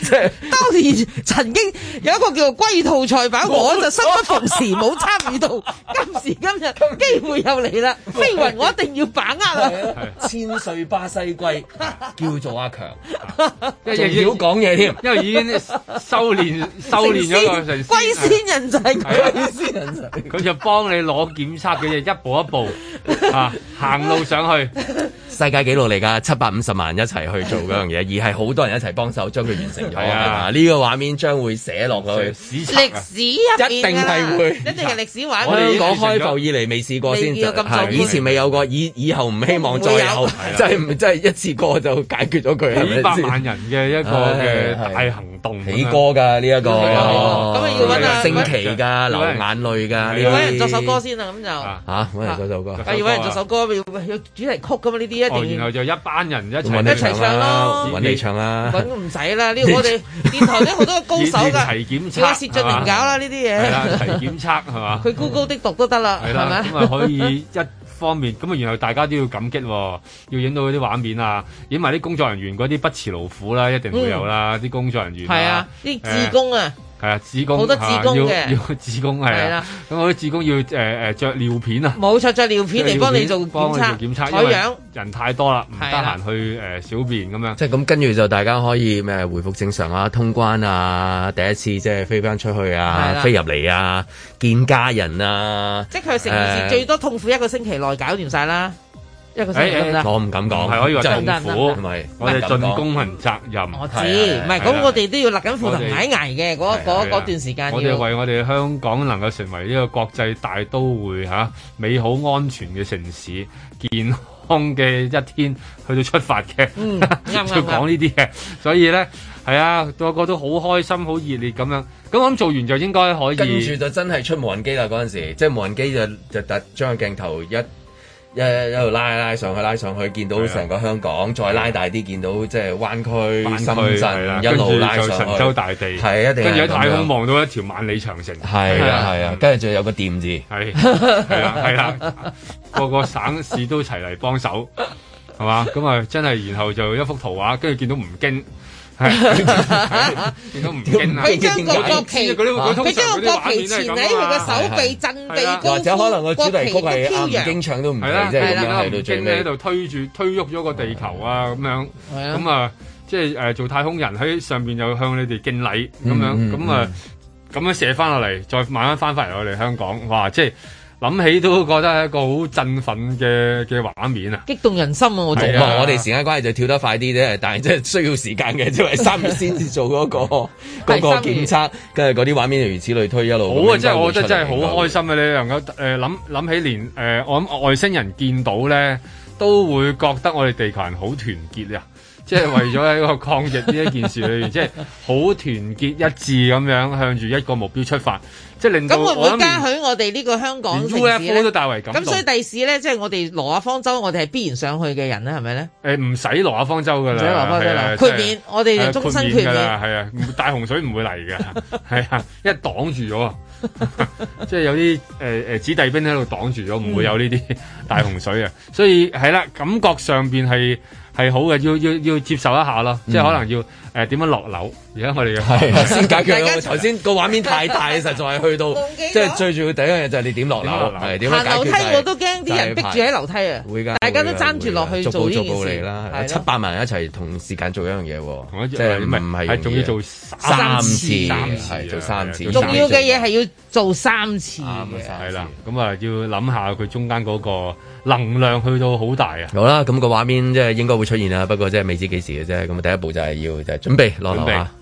B: 即係
D: 當年曾經有一個叫做龜兔賽跑，我就生不逢時冇參與到。 今時今日機會又嚟啦，飛雲我一定要把握啦。
B: 啊千歲巴西 龜叫做阿強，
C: 因
B: 仲
C: 為
B: 要講嘢添。
C: 因為已經修練修練咗個
B: 啊
C: 成
D: 龜仙人就係
C: 係啊
D: 佢。
B: 先人就係
C: 佢就幫你攞檢測嘅嘢，一步一步啊行 路上去，
B: 世界紀錄嚟㗎，七百五十萬一齊去做嗰樣 嘢，而係好多人一齊幫手將佢完成咗。
C: 係啊
B: 係嘛呢個畫面將會寫落去。
C: 史冊
D: 歷
C: 啊
D: 史入邊
B: 一定係會
D: 一定係歷史畫
B: 我哋
D: 面。
B: 香港開埠以嚟未試過先，
D: 未見過咁
B: 係
D: 壯觀
B: 以前未有過，以以後唔希望再
D: 唔
B: 有
D: 會，
B: 真係唔真係一次過就解決咗佢，係咪
C: 幾
B: 先
C: 百萬人嘅一個嘅大行動，
B: 起歌㗎呢一個，
C: 係啊
D: 咁啊要搵啊
B: 升旗㗎，流眼淚㗎，呢啲
D: 揾人作首歌先啦，咁就。
B: 嚇，揾人作首歌。
D: 啊！要揾人作首歌，要要主題曲咁嘛？呢啲
C: 哦，
D: 一定
C: 然後就一班人一
B: 咁
C: 齊
B: 搵你
D: 一齊唱
B: 啦，
D: 咯
B: 揾你唱啦。
D: 揾唔使啦。呢個我哋電台都好多高手
C: 要
D: 㗎，
C: 要齊檢測
D: 要阿薛俊明搞啦呢啲
C: 係啦，
D: 嘢。
C: 齊檢測係嘛？
D: 佢高高的讀都得啦，
C: 係
D: 係
C: 啦，咁啊
D: 咪？
C: 可以一方面咁啊，然後大家都要感激喎，要影到嗰啲畫面啊，影埋啲工作人員嗰啲不辭勞苦啦，一定會有啦，啲工作人員
D: 嗯係啊，啲志工啊，
C: 誒係啊，志工
D: 好多
C: 啊
D: 志工嘅
C: 要要志工係
D: 係
C: 啊
D: 啦，
C: 咁我啲志工要誒誒著尿片啊。
D: 冇錯，着尿片嚟幫你做檢
C: 幫你做
D: 測，
C: 檢
D: 採
C: 測，因為
D: 樣。
C: 人太多啦，唔得
D: 係啦
C: 閒去誒小便咁樣。
B: 即係咁，跟住就大家可以咩回復正常啊，通關啊，第一次即係飛翻出去
D: 係
B: 啊，
D: 啦
B: 飛入嚟啊，見家人啊，
D: 即係佢成件
B: 誒
D: 事最多痛苦一個星期內搞掂晒啦，
Q: 一個星期得唔得？
B: 我唔敢講，
C: 係可以話
B: 哦真係
C: 政府，
B: 唔係
C: 我哋盡公民責任。
Q: 我知，唔係咁，我哋都要勒緊褲頭挨捱嘅嗰
C: 係啊
Q: 嗰嗰段時間
C: 我哋
Q: 要。
C: 為我哋香港能夠成為呢個國際大都會嚇、美好安全嘅城市、健康嘅一天去到出發嘅，
Q: 嗯啱啱
C: 就講呢啲嘢，所以咧。係啊，個個都好開心、好熱烈咁樣。咁我諗做完就應該可以。
B: 跟住就真係出啊無人機啦嗰陣時，即係無人機就就突將個鏡頭一。一一路拉拉上去，拉上去，見到成個香港，再拉大啲，見到即係灣區、
C: 灣區
B: 深
C: 係啦
B: 圳，一路拉
C: 跟
B: 上
C: 住就
B: 去，
C: 神州大地
B: 係一
C: 跟
B: 定係
C: 住喺
B: 咁樣
C: 太空望到一條萬里長城，
B: 係啊係啊，跟住仲有個店字，
C: 係係啦係啦，個個省市都齊嚟幫手，係嘛？咁啊真係，然後就一幅圖畫，跟住見到吳京。係見到吳京啊！
Q: 佢將個
C: 我
Q: 國
C: 都
Q: 旗，
C: 知嗰啲嗰啲通
Q: 佢
C: 常
Q: 將
C: 嗰啲
Q: 個國
C: 畫
Q: 旗
C: 面都係
Q: 前
C: 咁
Q: 喺佢
C: 啊
Q: 個手臂振臂高呼，
B: 或者可能個主題曲係阿
Q: 國旗都飄
B: 吳
Q: 揚
B: 京唱都唔
C: 啊係啦
B: 嚟，即係咁
C: 係啦
B: 樣去到最
C: 吳京
B: 尾
C: 喺。度推住推喐咗個地球啊，咁樣，咁啊，即係誒做太空人喺上邊又向你哋敬禮咁樣，
B: 嗯嗯
C: 咁啊，咁樣射翻落嚟，再慢慢翻返嚟我哋香港，哇！即係諗起都覺得係一個好振奮嘅嘅畫面啊！
Q: 激動人心啊！我
C: 係
B: 咁
C: 啊
B: 啊，我哋時間關係就跳得快啲啫，但係即係需要時間嘅，因為 三月先至做嗰個嗰個檢測，跟住嗰啲畫面如此類推一路咁樣會出嚟。
C: 好啊！真係我覺得真係好開
B: 心。
C: 心啊！你能夠誒諗諗起連誒、呃我諗外星人見到咧，都會覺得我哋地球人好團結啊！即係為咗喺個抗疫呢一件事裏 面，即係好團結一致咁樣向住一個目標出發，即係令到
Q: 咁會唔
C: 我
Q: 會
C: 諗
Q: 加
C: 連
Q: 許我哋呢個香港城市
C: 連 UFO
Q: 咧
C: 都大為感動
Q: 咁所以第時咧，即係我哋羅亞方舟，我哋係必然上去嘅人啦，係咪咧？
C: 誒唔使羅亞方舟噶
Q: 唔
C: 啦，
Q: 使羅亞方舟啦
C: 係啊
Q: 豁免
C: 真係
Q: 我哋就
C: 係啊
Q: 終身
C: 豁免㗎
Q: 豁免
C: 啦，係啊，唔大洪水唔會嚟噶， 係啊，因為擋住咗啊， 即係有啲誒誒子弟兵喺度擋住咗，唔會有 呢啲大洪水啊，所以係啦，感覺上邊係。係好嘅，要要要接受一下咯，
Q: 嗯
C: 即係可能要誒點樣落樓。而家我哋
B: 係啊先解決
C: 咗
B: 咗頭先個畫面太大，實在係 去到即係最主要第一樣嘢就係你點落樓，係點樣
Q: 啊行樓
B: 解決
Q: 梯
B: 就係
Q: 我都驚啲人逼住喺樓梯啊！
B: 會㗎，
Q: 大家都
B: 會㗎
Q: 爭住落去
B: 逐
Q: 做
B: 步
Q: 呢
B: 逐
Q: 件
B: 步
Q: 事
B: 嚟啦，係啊
Q: 係
B: 七
Q: 咯。
B: 百萬人一齊同時間做一樣嘢喎，即係唔
C: 唔係
B: 係啊
C: 係仲要做
B: 三
C: 三
B: 次，
C: 次三次啊
B: 係做三次，
Q: 重要嘅嘢係要做三次
B: 啊
Q: 嘅。
C: 係啦，咁啊要諗下佢中間嗰個能量去到好大啊！
B: 好啊啦，咁個畫面即係應該會出現啦，不過即係未知幾時嘅啫。咁第一步就係要就係準備落樓啊，